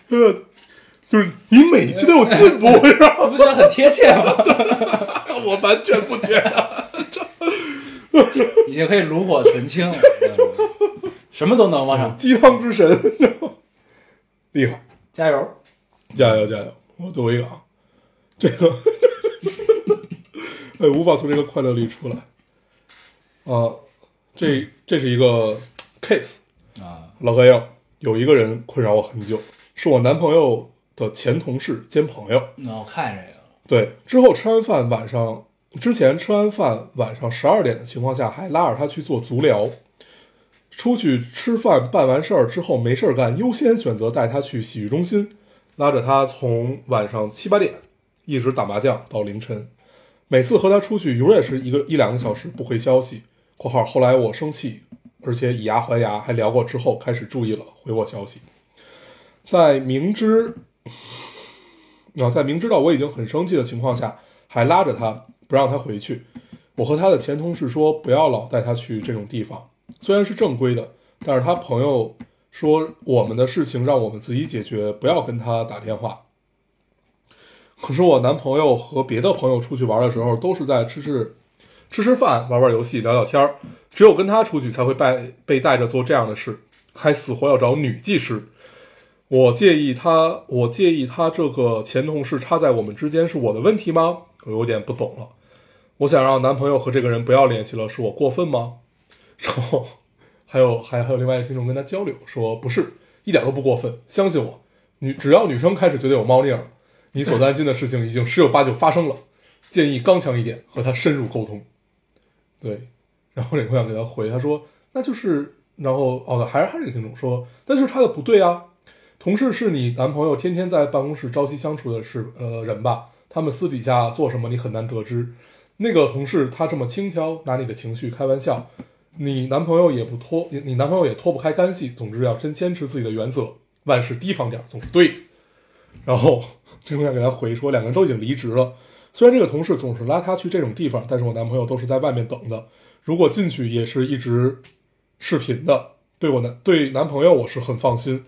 [SPEAKER 4] 呃， <laughs> 就是你每一句都有进步，是吧？
[SPEAKER 3] 我不觉得很贴切吗？
[SPEAKER 4] <laughs> 我完全不觉得，
[SPEAKER 3] 已经可以炉火纯青了，嗯什么都能往上，
[SPEAKER 4] 鸡汤之神，厉害，
[SPEAKER 3] 加油！
[SPEAKER 4] 加油加油！我作为一个啊，这个， <laughs> 哎，无法从这个快乐里出来啊。这这是一个 case
[SPEAKER 3] 啊，
[SPEAKER 4] 老哥要有一个人困扰我很久，是我男朋友的前同事兼朋友。
[SPEAKER 3] 那我看这个 <laughs> 了，
[SPEAKER 4] 对，之后吃完饭晚上，之前吃完饭晚上十二点的情况下，还拉着他去做足疗，出去吃饭办完事儿之后没事儿干，优先选择带他去洗浴中心，拉着他从晚上七八点一直打麻将到凌晨，每次和他出去永远是一个一两个小时不回消息（括号后来我生气，而且以牙还牙，还聊过之后开始注意了回我消息）。在明知啊，在明知道我已经很生气的情况下，还拉着他不让他回去。我和他的前同事说，不要老带他去这种地方，虽然是正规的，但是他朋友说我们的事情让我们自己解决，不要跟他打电话。可是我男朋友和别的朋友出去玩的时候，都是在吃吃吃吃饭、玩玩游戏、聊聊天儿，只有跟他出去才会被被带着做这样的事，还死活要找女技师。我介意他，我介意他这个前同事插在我们之间是我的问题吗？我有点不懂了。我想让男朋友和这个人不要联系了，是我过分吗？然后还有还还有另外一个听众跟他交流说，不是，一点都不过分，相信我，女只要女生开始觉得有猫腻了，你所担心的事情已经十有八九发生了。建议刚强一点，和他深入沟通。对，然后那姑娘给他回，他说那就是，然后哦，还是还是这个听众说，那就是他的不对啊，同事是你男朋友天天在办公室朝夕相处的是呃人吧？他们私底下做什么你很难得知。那个同事他这么轻佻，拿你的情绪开玩笑，你男朋友也不脱，你你男朋友也脱不开干系。总之要真坚持自己的原则，万事提防点儿总是对的。然后这姑娘给他回说，两个人都已经离职了。虽然这个同事总是拉他去这种地方，但是我男朋友都是在外面等的。如果进去也是一直视频的，对我男对男朋友我是很放心，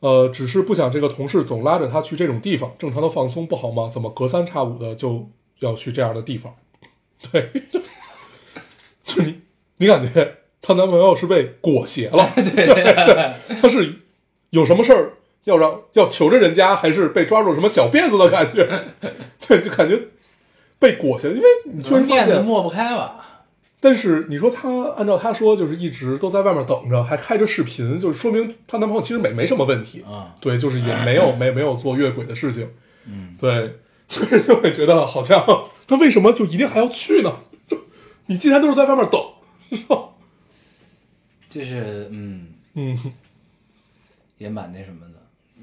[SPEAKER 4] 呃，只是不想这个同事总拉着他去这种地方，正常的放松不好吗？怎么隔三差五的就要去这样的地方？ <laughs> 对，就你你感觉她男朋友是被裹挟了， <laughs> 对对，他是有什么事儿要让要求着人家，还是被抓住什么小辫子的感觉？ <laughs> 对，就感觉被裹挟，因为你确实发
[SPEAKER 3] 面子
[SPEAKER 4] 现
[SPEAKER 3] 抹不开吧？
[SPEAKER 4] 但是你说她按照她说，就是一直都在外面等着，还开着视频，就是说明她男朋友其实没没什么问题
[SPEAKER 3] 啊
[SPEAKER 4] 对，就是也没
[SPEAKER 3] <laughs>
[SPEAKER 4] 有没没有做越轨的事情。嗯，对，所以就会觉得好像她为什么就一定还要去呢？ <laughs> 你既然都是在外面等，
[SPEAKER 3] 就是嗯，
[SPEAKER 4] 嗯，
[SPEAKER 3] 也蛮那什么的，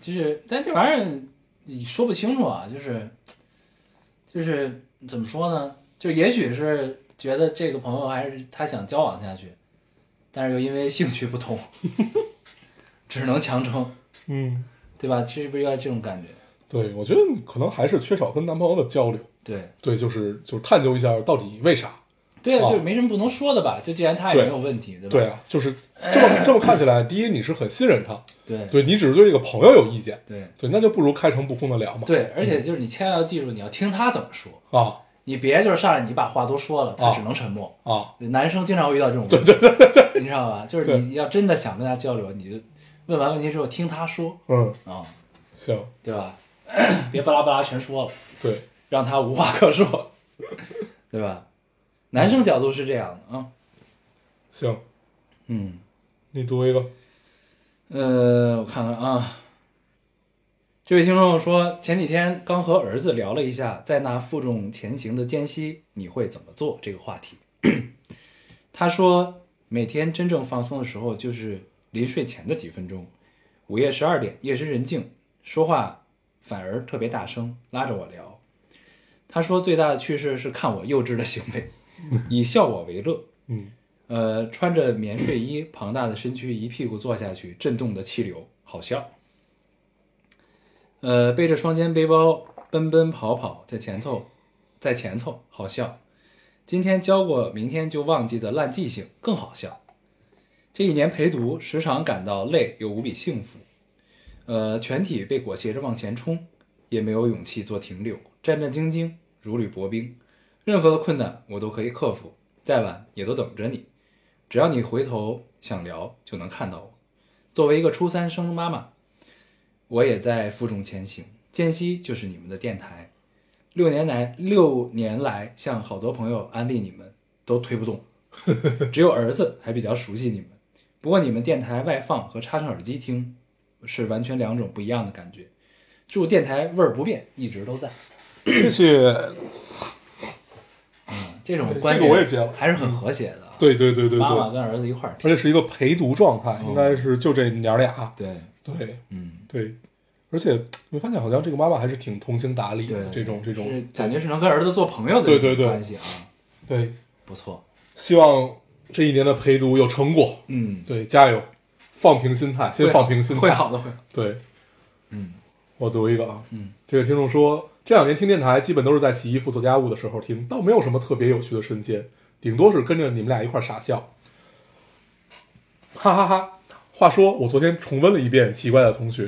[SPEAKER 3] 就是但这玩意儿你说不清楚啊，就是就是怎么说呢？就也许是觉得这个朋友还是他想交往下去，但是又因为兴趣不同， <laughs> 只能强撑，
[SPEAKER 4] 嗯，
[SPEAKER 3] 对吧？其实不是有点这种感觉？
[SPEAKER 4] 对，我觉得可能还是缺少跟男朋友的交流。
[SPEAKER 3] 对
[SPEAKER 4] 对，就是就是探究一下到底为啥。
[SPEAKER 3] 对啊，
[SPEAKER 4] 哦
[SPEAKER 3] 就是没什么不能说的吧？就既然他也
[SPEAKER 4] 对
[SPEAKER 3] 没有问题，对吧？
[SPEAKER 4] 对啊，就是这么这么看起来，第一你是很信任他，
[SPEAKER 3] 对
[SPEAKER 4] 对你只是对这个朋友有意见，
[SPEAKER 3] 对
[SPEAKER 4] 对，那就不如开诚布公的聊嘛。
[SPEAKER 3] 对，而且就是你千万要记住，你要听他怎么说，
[SPEAKER 4] 啊
[SPEAKER 3] 你别就是上来你把话都说了，他
[SPEAKER 4] 啊
[SPEAKER 3] 只能沉默。
[SPEAKER 4] 啊，
[SPEAKER 3] 男生经常会遇到这种问题，哦对对对你知道吧？就是你要真的想跟他交流，你就问完问题之后听他说
[SPEAKER 4] 嗯，
[SPEAKER 3] 啊、
[SPEAKER 4] 行，
[SPEAKER 3] 对吧？ <clears throat> 别巴拉巴拉全说了，
[SPEAKER 4] 对，
[SPEAKER 3] 让他无话可说， <laughs> 对吧？男生角度是这样的啊，
[SPEAKER 4] 行，
[SPEAKER 3] 嗯
[SPEAKER 4] 你读一个，
[SPEAKER 3] 呃，我看看啊，这位听众说，前几天刚和儿子聊了一下，在那负重前行的间隙，你会怎么做这个话题。 <coughs> 他说，每天真正放松的时候就是临睡前的几分钟，午夜十二点，夜深人静，说话反而特别大声，拉着我聊。他说，最大的趣事是看我幼稚的行为，以笑我为乐。
[SPEAKER 4] 嗯，
[SPEAKER 3] 呃，穿着棉睡衣，庞大的身躯一屁股坐下去，震动的气流，好笑。呃，背着双肩背包，奔奔跑跑，在前头，在前头，好笑。今天教过，明天就忘记的烂记性更好笑。这一年陪读，时常感到累又无比幸福。呃，全体被裹挟着往前冲，也没有勇气做停留，战战兢兢，如履薄冰。任何的困难我都可以克服，再晚也都等着你。只要你回头想聊，就能看到我。作为一个初三生妈妈，我也在负重前行。间隙就是你们的电台，六年来六年来向好多朋友安利你们，都推不
[SPEAKER 4] <laughs>
[SPEAKER 3] 动，只有儿子还比较熟悉你们。不过你们电台外放和插上耳机听是完全两种不一样的感觉。祝电台味儿不变，一直都在。
[SPEAKER 4] 谢谢，
[SPEAKER 3] 这种
[SPEAKER 4] 对
[SPEAKER 3] 关系
[SPEAKER 4] 这个我也接了
[SPEAKER 3] 还是很和谐的啊。
[SPEAKER 4] 对对对对对，
[SPEAKER 3] 妈妈
[SPEAKER 4] 而
[SPEAKER 3] 跟儿子一块儿听。
[SPEAKER 4] 且是一个陪读状态，应该是就这娘儿俩，
[SPEAKER 3] 对，
[SPEAKER 4] 对
[SPEAKER 3] 哦嗯，
[SPEAKER 4] 对，而且你发现好像这个妈妈还是挺通情达理的，
[SPEAKER 3] 对，
[SPEAKER 4] 这种这种
[SPEAKER 3] 是感觉是能跟儿子做朋友的
[SPEAKER 4] 对对对
[SPEAKER 3] 关系啊，
[SPEAKER 4] 对，
[SPEAKER 3] 不错。
[SPEAKER 4] 希望这一年的陪读有成果，
[SPEAKER 3] 嗯，
[SPEAKER 4] 对，加油，放平心态，先
[SPEAKER 3] 会
[SPEAKER 4] 放平心态，
[SPEAKER 3] 会好的
[SPEAKER 4] <laughs>
[SPEAKER 3] 会好。
[SPEAKER 4] 对，
[SPEAKER 3] 嗯，
[SPEAKER 4] 我读一个啊，
[SPEAKER 3] 嗯，
[SPEAKER 4] 这个听众说，这两年听电台基本都是在洗衣服、做家务的时候听，倒没有什么特别有趣的瞬间，顶多是跟着你们俩一块儿傻笑，哈哈哈话说，我昨天重温了一遍《奇怪的同学》，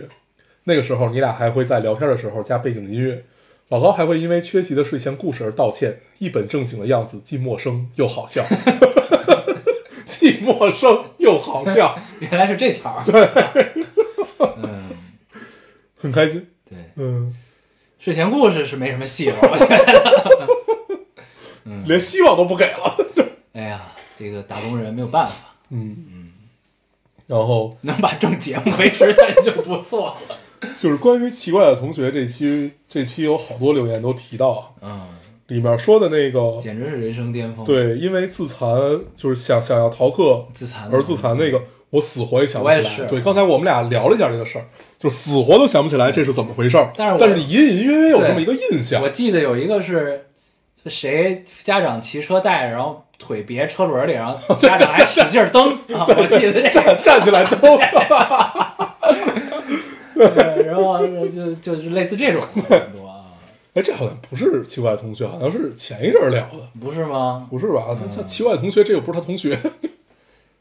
[SPEAKER 4] 那个时候你俩还会在聊天的时候加背景音乐，老高还会因为缺席的睡前故事而道歉，一本正经的样子，既陌生又
[SPEAKER 3] <laughs>
[SPEAKER 4] 好笑，既陌生又好笑，
[SPEAKER 3] 原来是这条儿。对， <laughs> 嗯，
[SPEAKER 4] 很开心，
[SPEAKER 3] 对，
[SPEAKER 4] 嗯。
[SPEAKER 3] 睡前故事是没什么戏了，我觉得。 <laughs> 嗯
[SPEAKER 4] 连希望都不给了。
[SPEAKER 3] 哎呀，这个打工人没有办法，
[SPEAKER 4] 嗯嗯。然后
[SPEAKER 3] 能把正节目维持下去就不错了。
[SPEAKER 4] 就是关于奇怪的同学这期，这期有好多留言都提到啊，
[SPEAKER 3] 嗯，
[SPEAKER 4] 里面说的那个
[SPEAKER 3] 简直是人生巅峰。，
[SPEAKER 4] 对，因为自残就是想想要逃课
[SPEAKER 3] 自残嗯
[SPEAKER 4] 而自残那个，我死活也想不起
[SPEAKER 3] 我也
[SPEAKER 4] 来。
[SPEAKER 3] 是
[SPEAKER 4] 对，刚才我们俩聊了一下这个事儿，就死活都想不起来这是怎么回事儿。
[SPEAKER 3] 嗯但
[SPEAKER 4] 但
[SPEAKER 3] 是我
[SPEAKER 4] 你隐隐约约有这么一个印象
[SPEAKER 3] 我，记得有一个是。是谁家长骑车带，然后腿别车轮里，然后家长还使劲儿蹬
[SPEAKER 4] <laughs>
[SPEAKER 3] 啊！我记得这个，
[SPEAKER 4] 站站起来都 <laughs>
[SPEAKER 3] 对，然后就就是类似这种很多啊，
[SPEAKER 4] 哎，这好像不是奇怪的同学，好像是前一阵儿聊的，
[SPEAKER 3] 不是吗？嗯
[SPEAKER 4] 不是吧？他他奇怪的同学，这又不是他同学。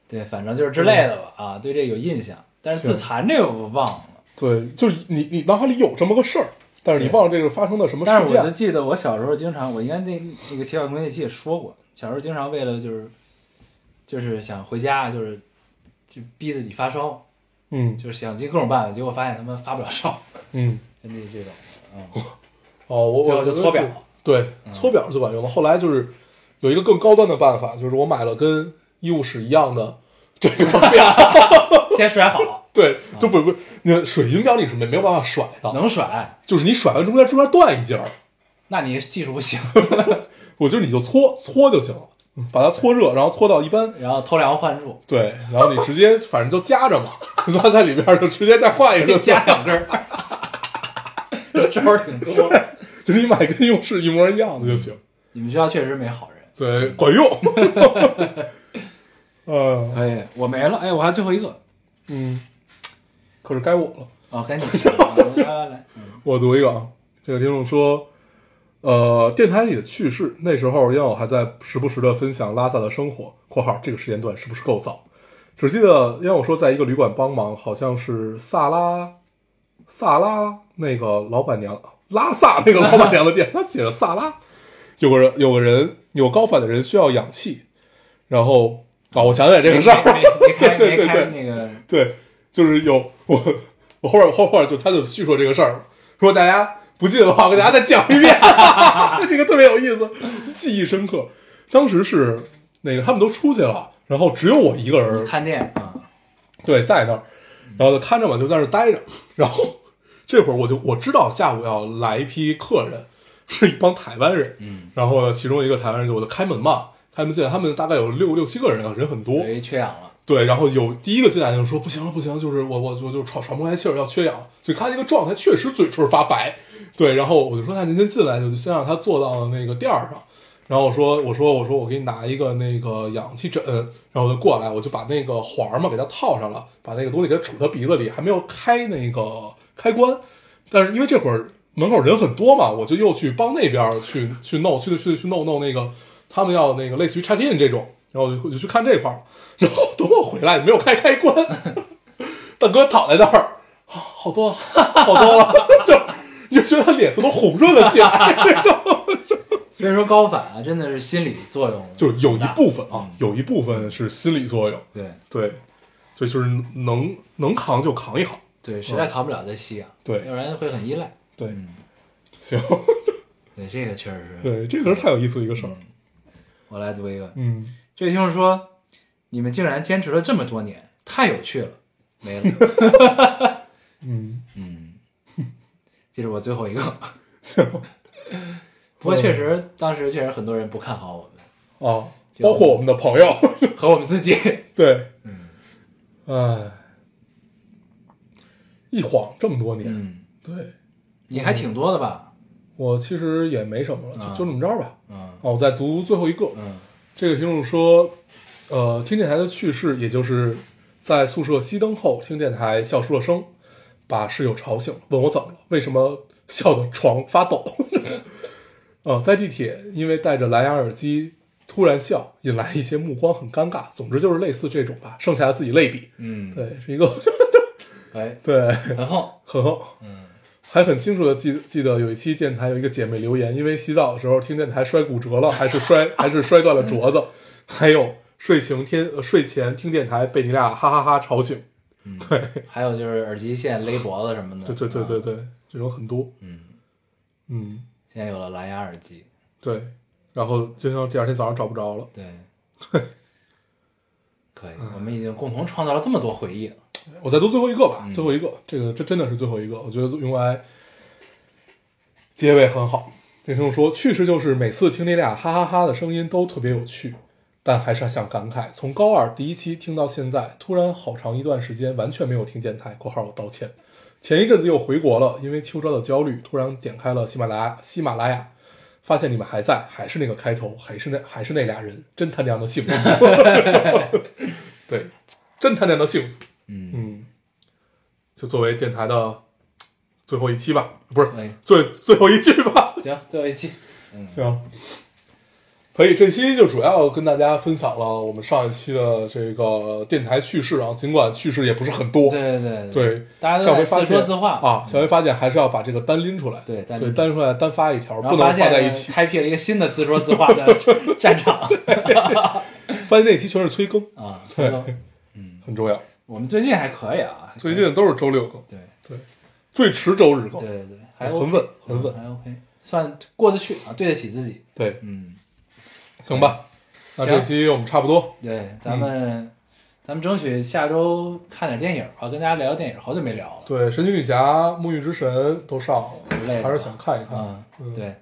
[SPEAKER 3] 对，反正就是之类的吧，啊，对这有印象，但是
[SPEAKER 4] 是
[SPEAKER 3] 自残这个我忘了。
[SPEAKER 4] 对，就是你你脑海里有这么个事儿，但是你忘了这个发生的什么
[SPEAKER 3] 但
[SPEAKER 4] 事
[SPEAKER 3] 是我就
[SPEAKER 4] 件。
[SPEAKER 3] 记得我小时候经常，我应该那那个《奇怪公那期也说过，小时候经常为了就是就是想回家，就是就逼自己发烧，
[SPEAKER 4] 嗯
[SPEAKER 3] 就是想尽各种办法，结果发现他妈发不了烧，
[SPEAKER 4] 嗯，
[SPEAKER 3] 就那这种，嗯，
[SPEAKER 4] 哦，我
[SPEAKER 3] 最后
[SPEAKER 4] 我
[SPEAKER 3] 就搓表，
[SPEAKER 4] 对，搓表最管用了。后来就是有一个更高端的办法，就是我买了跟医务室一样的这个 <laughs> 表，
[SPEAKER 3] 先甩好，
[SPEAKER 4] 对，就不不，那水银表你是没没有办法甩的，
[SPEAKER 3] 能甩，
[SPEAKER 4] 就是你甩完中间中间断一截儿，
[SPEAKER 3] 那你技术不行，
[SPEAKER 4] 我觉得你就搓搓就行了，嗯把它搓热，然后搓到一般，
[SPEAKER 3] 然后偷梁换柱，
[SPEAKER 4] 对，然后你直接反正就夹着嘛， <laughs> 然后在里边儿就直接再
[SPEAKER 3] <laughs>
[SPEAKER 4] 换一 <laughs> 个就行
[SPEAKER 3] 加两根儿，招儿挺多。
[SPEAKER 4] 就是你买跟医务室一模一样的就行，
[SPEAKER 3] 你们学校确实没好人。
[SPEAKER 4] 对，管用。 <laughs> 嗯
[SPEAKER 3] 哎，我没了，哎，我还最后一个，
[SPEAKER 4] 嗯，可是该我了。
[SPEAKER 3] 哦，赶紧， <laughs> 来来来，
[SPEAKER 4] 我读一个啊，这个听众说，呃，电台里的趣事，那时候因为我还在时不时的分享拉萨的生活（括号这个时间段是不是够早？）只记得因为我说在一个旅馆帮忙，好像是萨拉萨拉那个老板娘拉萨那个老板娘的店，她写着萨拉，有个人有个人有高反的人需要氧气，然后啊，我想起来这个事儿，
[SPEAKER 3] 没没开
[SPEAKER 4] <laughs> 对
[SPEAKER 3] 没
[SPEAKER 4] 对
[SPEAKER 3] 开
[SPEAKER 4] 对
[SPEAKER 3] 那个
[SPEAKER 4] <laughs> 对，就是有我我后边后后边就他就叙述这个事儿，说大家不记得的话，我给大家再讲一遍， <laughs> 这个特别有意思，记忆深刻。当时是那个他们都出去了，然后只有我一个人
[SPEAKER 3] 看店
[SPEAKER 4] 哦
[SPEAKER 3] 啊，
[SPEAKER 4] 对在那儿，然后就看着嘛，就在那儿待着。然后这会儿我就我知道下午要来一批客人，是一帮台湾人。嗯，然后呢，其中一个台湾人就我就开门嘛，开门进来，他们大概有六六七个人啊，人很多。
[SPEAKER 3] 有一缺氧了，
[SPEAKER 4] 对，然后有第一个进来就说不行了，不行了，就是我我我就喘喘不过来气儿，要缺氧。所以他这个状态确实嘴唇发白。对，然后我就说那您先进来，就先让他坐到那个垫儿上。然后我说我说我说我给你拿一个那个氧气枕，然后我就过来，我就把那个环儿嘛给他套上了，把那个东西给他杵他鼻子里，还没有开那个开关。但是因为这会儿门口人很多嘛，我就又去帮那边儿去去弄去去去弄弄那个他们要那个类似于 check in 这种，然后我就我就去看这块儿，然后等我回来没有开开关， <laughs> 大哥躺在那儿，啊，好多了，好多了， <laughs> 就你就觉得他脸色都红润了起来， <laughs>
[SPEAKER 3] 所以说高反啊，真的是心理作用，
[SPEAKER 4] 就是有一部分啊，
[SPEAKER 3] 嗯
[SPEAKER 4] 有一部分是心理作用，
[SPEAKER 3] 对
[SPEAKER 4] 对，所以就是能能扛就扛一扛，
[SPEAKER 3] 对，实在扛不了再吸氧，
[SPEAKER 4] 嗯对
[SPEAKER 3] 要不然会很依赖。
[SPEAKER 4] 对，行，
[SPEAKER 3] 对，这个确实是。
[SPEAKER 4] 对，这个是太有意思的一个事儿，
[SPEAKER 3] 我来读一个，
[SPEAKER 4] 嗯，
[SPEAKER 3] 这位听众说，你们竟然坚持了这么多年，太有趣了，没了。
[SPEAKER 4] <laughs> 嗯，
[SPEAKER 3] 这是我最后一个。
[SPEAKER 4] 行，
[SPEAKER 3] <laughs> 不过确实，当时确实很多人不看好我们
[SPEAKER 4] 啊，包括我们的朋
[SPEAKER 3] <laughs>
[SPEAKER 4] 友，
[SPEAKER 3] 和我们
[SPEAKER 4] <laughs>
[SPEAKER 3] 自己。
[SPEAKER 4] 对，嗯，哎，一晃这么多年，
[SPEAKER 3] 嗯，
[SPEAKER 4] 对
[SPEAKER 3] 你还挺多的吧？
[SPEAKER 4] 我其实也没什么了，
[SPEAKER 3] 啊
[SPEAKER 4] 就就那么着吧。
[SPEAKER 3] 嗯
[SPEAKER 4] 哦，我再读最后一个，
[SPEAKER 3] 嗯
[SPEAKER 4] 这个听众说，呃，听电台的趣事，也就是在宿舍熄灯后听电台笑出了声，把室友吵醒了，问我怎么了，为什么笑得床
[SPEAKER 3] <laughs>
[SPEAKER 4] 发抖。呃，在地铁因为戴着蓝牙耳机突然笑，引来一些目光，很尴尬。总之就是类似这种吧，剩下的自己类比。
[SPEAKER 3] 嗯，
[SPEAKER 4] 对，是一个 <laughs>
[SPEAKER 3] 哎，
[SPEAKER 4] 对。
[SPEAKER 3] 然后
[SPEAKER 4] 很好，嗯，还很清楚的记记得有一期电台有一个姐妹留言，因为洗澡的时候听电台摔骨折了，还是摔 <laughs> 还是摔断了镯子，还有睡前天呃睡前听电台被你俩哈哈哈吵醒，
[SPEAKER 3] 还有就是耳机线勒脖子什么的。
[SPEAKER 4] 对对对对
[SPEAKER 3] 啊。
[SPEAKER 4] 对，这种很多，
[SPEAKER 3] 嗯
[SPEAKER 4] 嗯，
[SPEAKER 3] 现在有了蓝牙耳机，
[SPEAKER 4] 对，然后经常第二天早上找不着了， <laughs>
[SPEAKER 3] 对，可以，我们已经共同创造了这么多回忆了。
[SPEAKER 4] 我再读最后一个吧，最后一个，这个这真的是最后一个，我觉得用来结尾很好。这听众说，趣事就是每次听你俩哈哈哈的声音都特别有趣，但还是想感慨，从高二第一期听到现在，突然好长一段时间完全没有听电台（括号我道歉）。前一阵子又回国了，因为秋招的焦虑，突然点开了喜马拉雅，喜马拉雅，发现你们还在，还是那个开头，还是那还是那俩人，真他娘的幸福。对，真他娘的幸福。
[SPEAKER 3] 嗯，
[SPEAKER 4] 嗯，就作为电台的最后一期
[SPEAKER 3] 哎
[SPEAKER 4] 吧，不是
[SPEAKER 3] 可以，
[SPEAKER 4] 最最后一句吧。
[SPEAKER 3] 行，最后一期，
[SPEAKER 4] 行，可以，这期就主要跟大家分享了我们上一期的这个电台趣事啊，尽管趣事也不是很多，
[SPEAKER 3] 对对
[SPEAKER 4] 对，
[SPEAKER 3] 大家都
[SPEAKER 4] 下回
[SPEAKER 3] 在
[SPEAKER 4] 发
[SPEAKER 3] 自
[SPEAKER 4] 现
[SPEAKER 3] 说自话，
[SPEAKER 4] 啊，下回发现还是要把这个单拎出来，
[SPEAKER 3] 对单
[SPEAKER 4] 对，
[SPEAKER 3] 拎
[SPEAKER 4] 单出来单发一条，
[SPEAKER 3] 然
[SPEAKER 4] 不
[SPEAKER 3] 后
[SPEAKER 4] 能
[SPEAKER 3] 发
[SPEAKER 4] 放
[SPEAKER 3] 现
[SPEAKER 4] 在一起。
[SPEAKER 3] 开辟了一个新的自说自
[SPEAKER 4] <laughs>
[SPEAKER 3] 话的战场
[SPEAKER 4] 发现那期全是催更，
[SPEAKER 3] 啊。
[SPEAKER 4] 对
[SPEAKER 3] 说
[SPEAKER 4] 很重要。
[SPEAKER 3] 我们最近还可以啊，
[SPEAKER 4] 最近都是周六更，
[SPEAKER 3] 对
[SPEAKER 4] 最迟周日更
[SPEAKER 3] 对，对对，还
[SPEAKER 4] 很
[SPEAKER 3] OK，
[SPEAKER 4] 稳很稳。
[SPEAKER 3] 还 OK，算过得去啊，对得起自己。
[SPEAKER 4] 对，
[SPEAKER 3] 嗯，
[SPEAKER 4] 行吧，那
[SPEAKER 3] 行
[SPEAKER 4] 这期我们差不多。
[SPEAKER 3] 对，
[SPEAKER 4] 嗯
[SPEAKER 3] 咱们、咱们争取下周看点电影吧，跟大家聊聊电影，好久没聊了。
[SPEAKER 4] 对，神奇女侠、沐浴之神都上了
[SPEAKER 3] 累，了
[SPEAKER 4] 还是想看一看
[SPEAKER 3] 啊。
[SPEAKER 4] 嗯，
[SPEAKER 3] 对，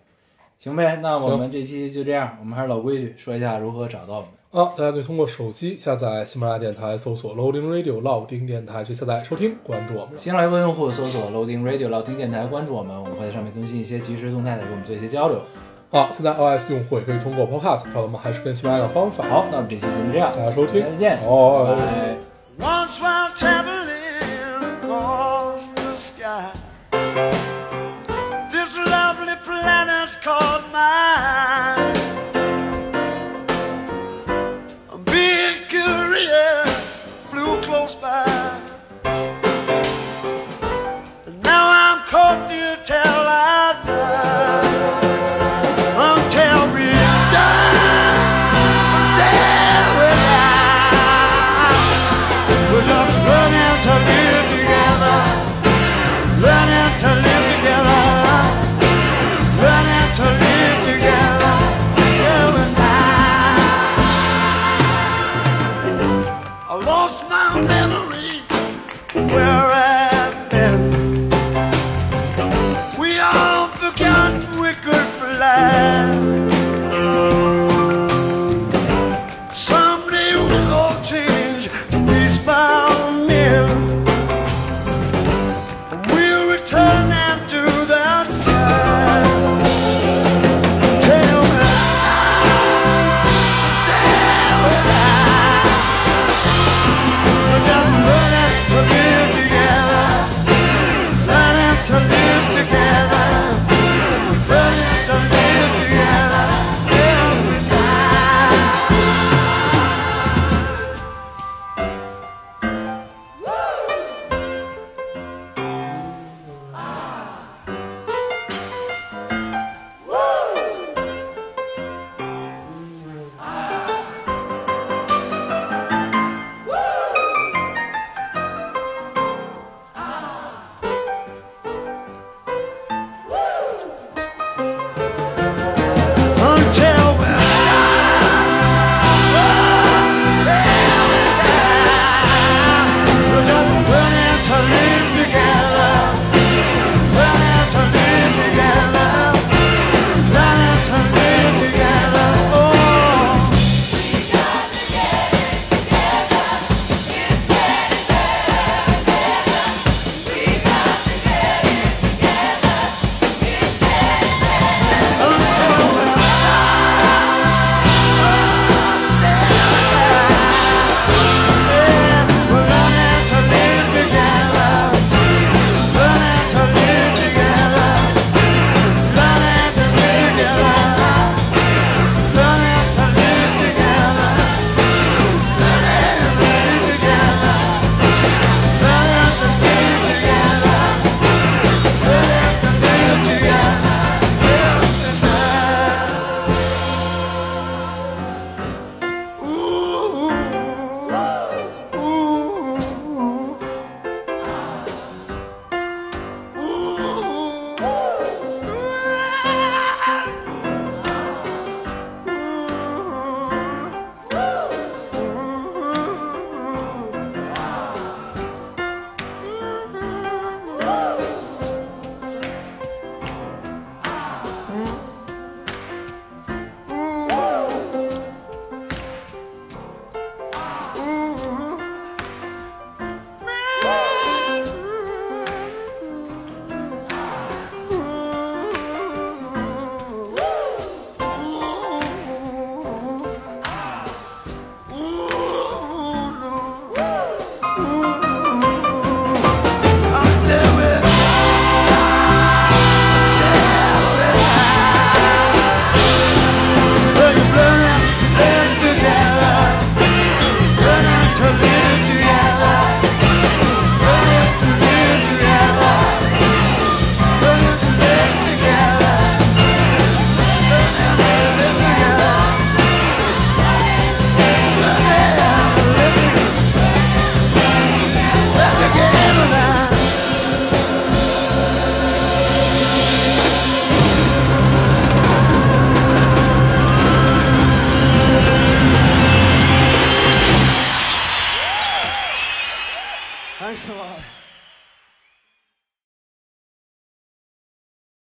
[SPEAKER 3] 行呗，那我
[SPEAKER 4] 行
[SPEAKER 3] 们这期就这样，我们还是老规矩，说一下如何找到我们。
[SPEAKER 4] 啊，大家可以通过手机下载喜马拉雅电台，搜索 Loading Radio 老丁电台去下载收听，关注我们。
[SPEAKER 3] 新浪微博用户搜索 Loading Radio 老丁电台，关注我们，我们会在上面更新一些即时动态的，给我们做一些交流。
[SPEAKER 4] 啊，现在 iOS 用户也可以通过 Podcast 找到我们，还是跟喜马拉雅的方法。
[SPEAKER 3] 好，那我们这期节目这样，
[SPEAKER 4] 大家收听哦
[SPEAKER 3] 再见，
[SPEAKER 4] 好
[SPEAKER 3] 拜拜。
[SPEAKER 5] Once while traveling across the sky, this lovely planet's called mine. Being curious, flew close by. And now I'm caught here till I die. Until we die, till we die. We're just learning to live together. Learning to live together. Learning to live together. You and I. I lost my memory where I've been. We all forgot we could fly. Someday we'll all change to these found men. And we'll return them to the sky. Tell me, tell me, we're just learning to live together, learning to live together, learning to live together. Every time. until we We're just learning to live together, learning to live together, learning to live together. Oh. We're learning to live together, learning to live together, learning to live together, learning to live together, learning to live together, learning to live together, learning to live together. Ooh. Ooh, ooh, ooh. Yeah. Thanks a lot.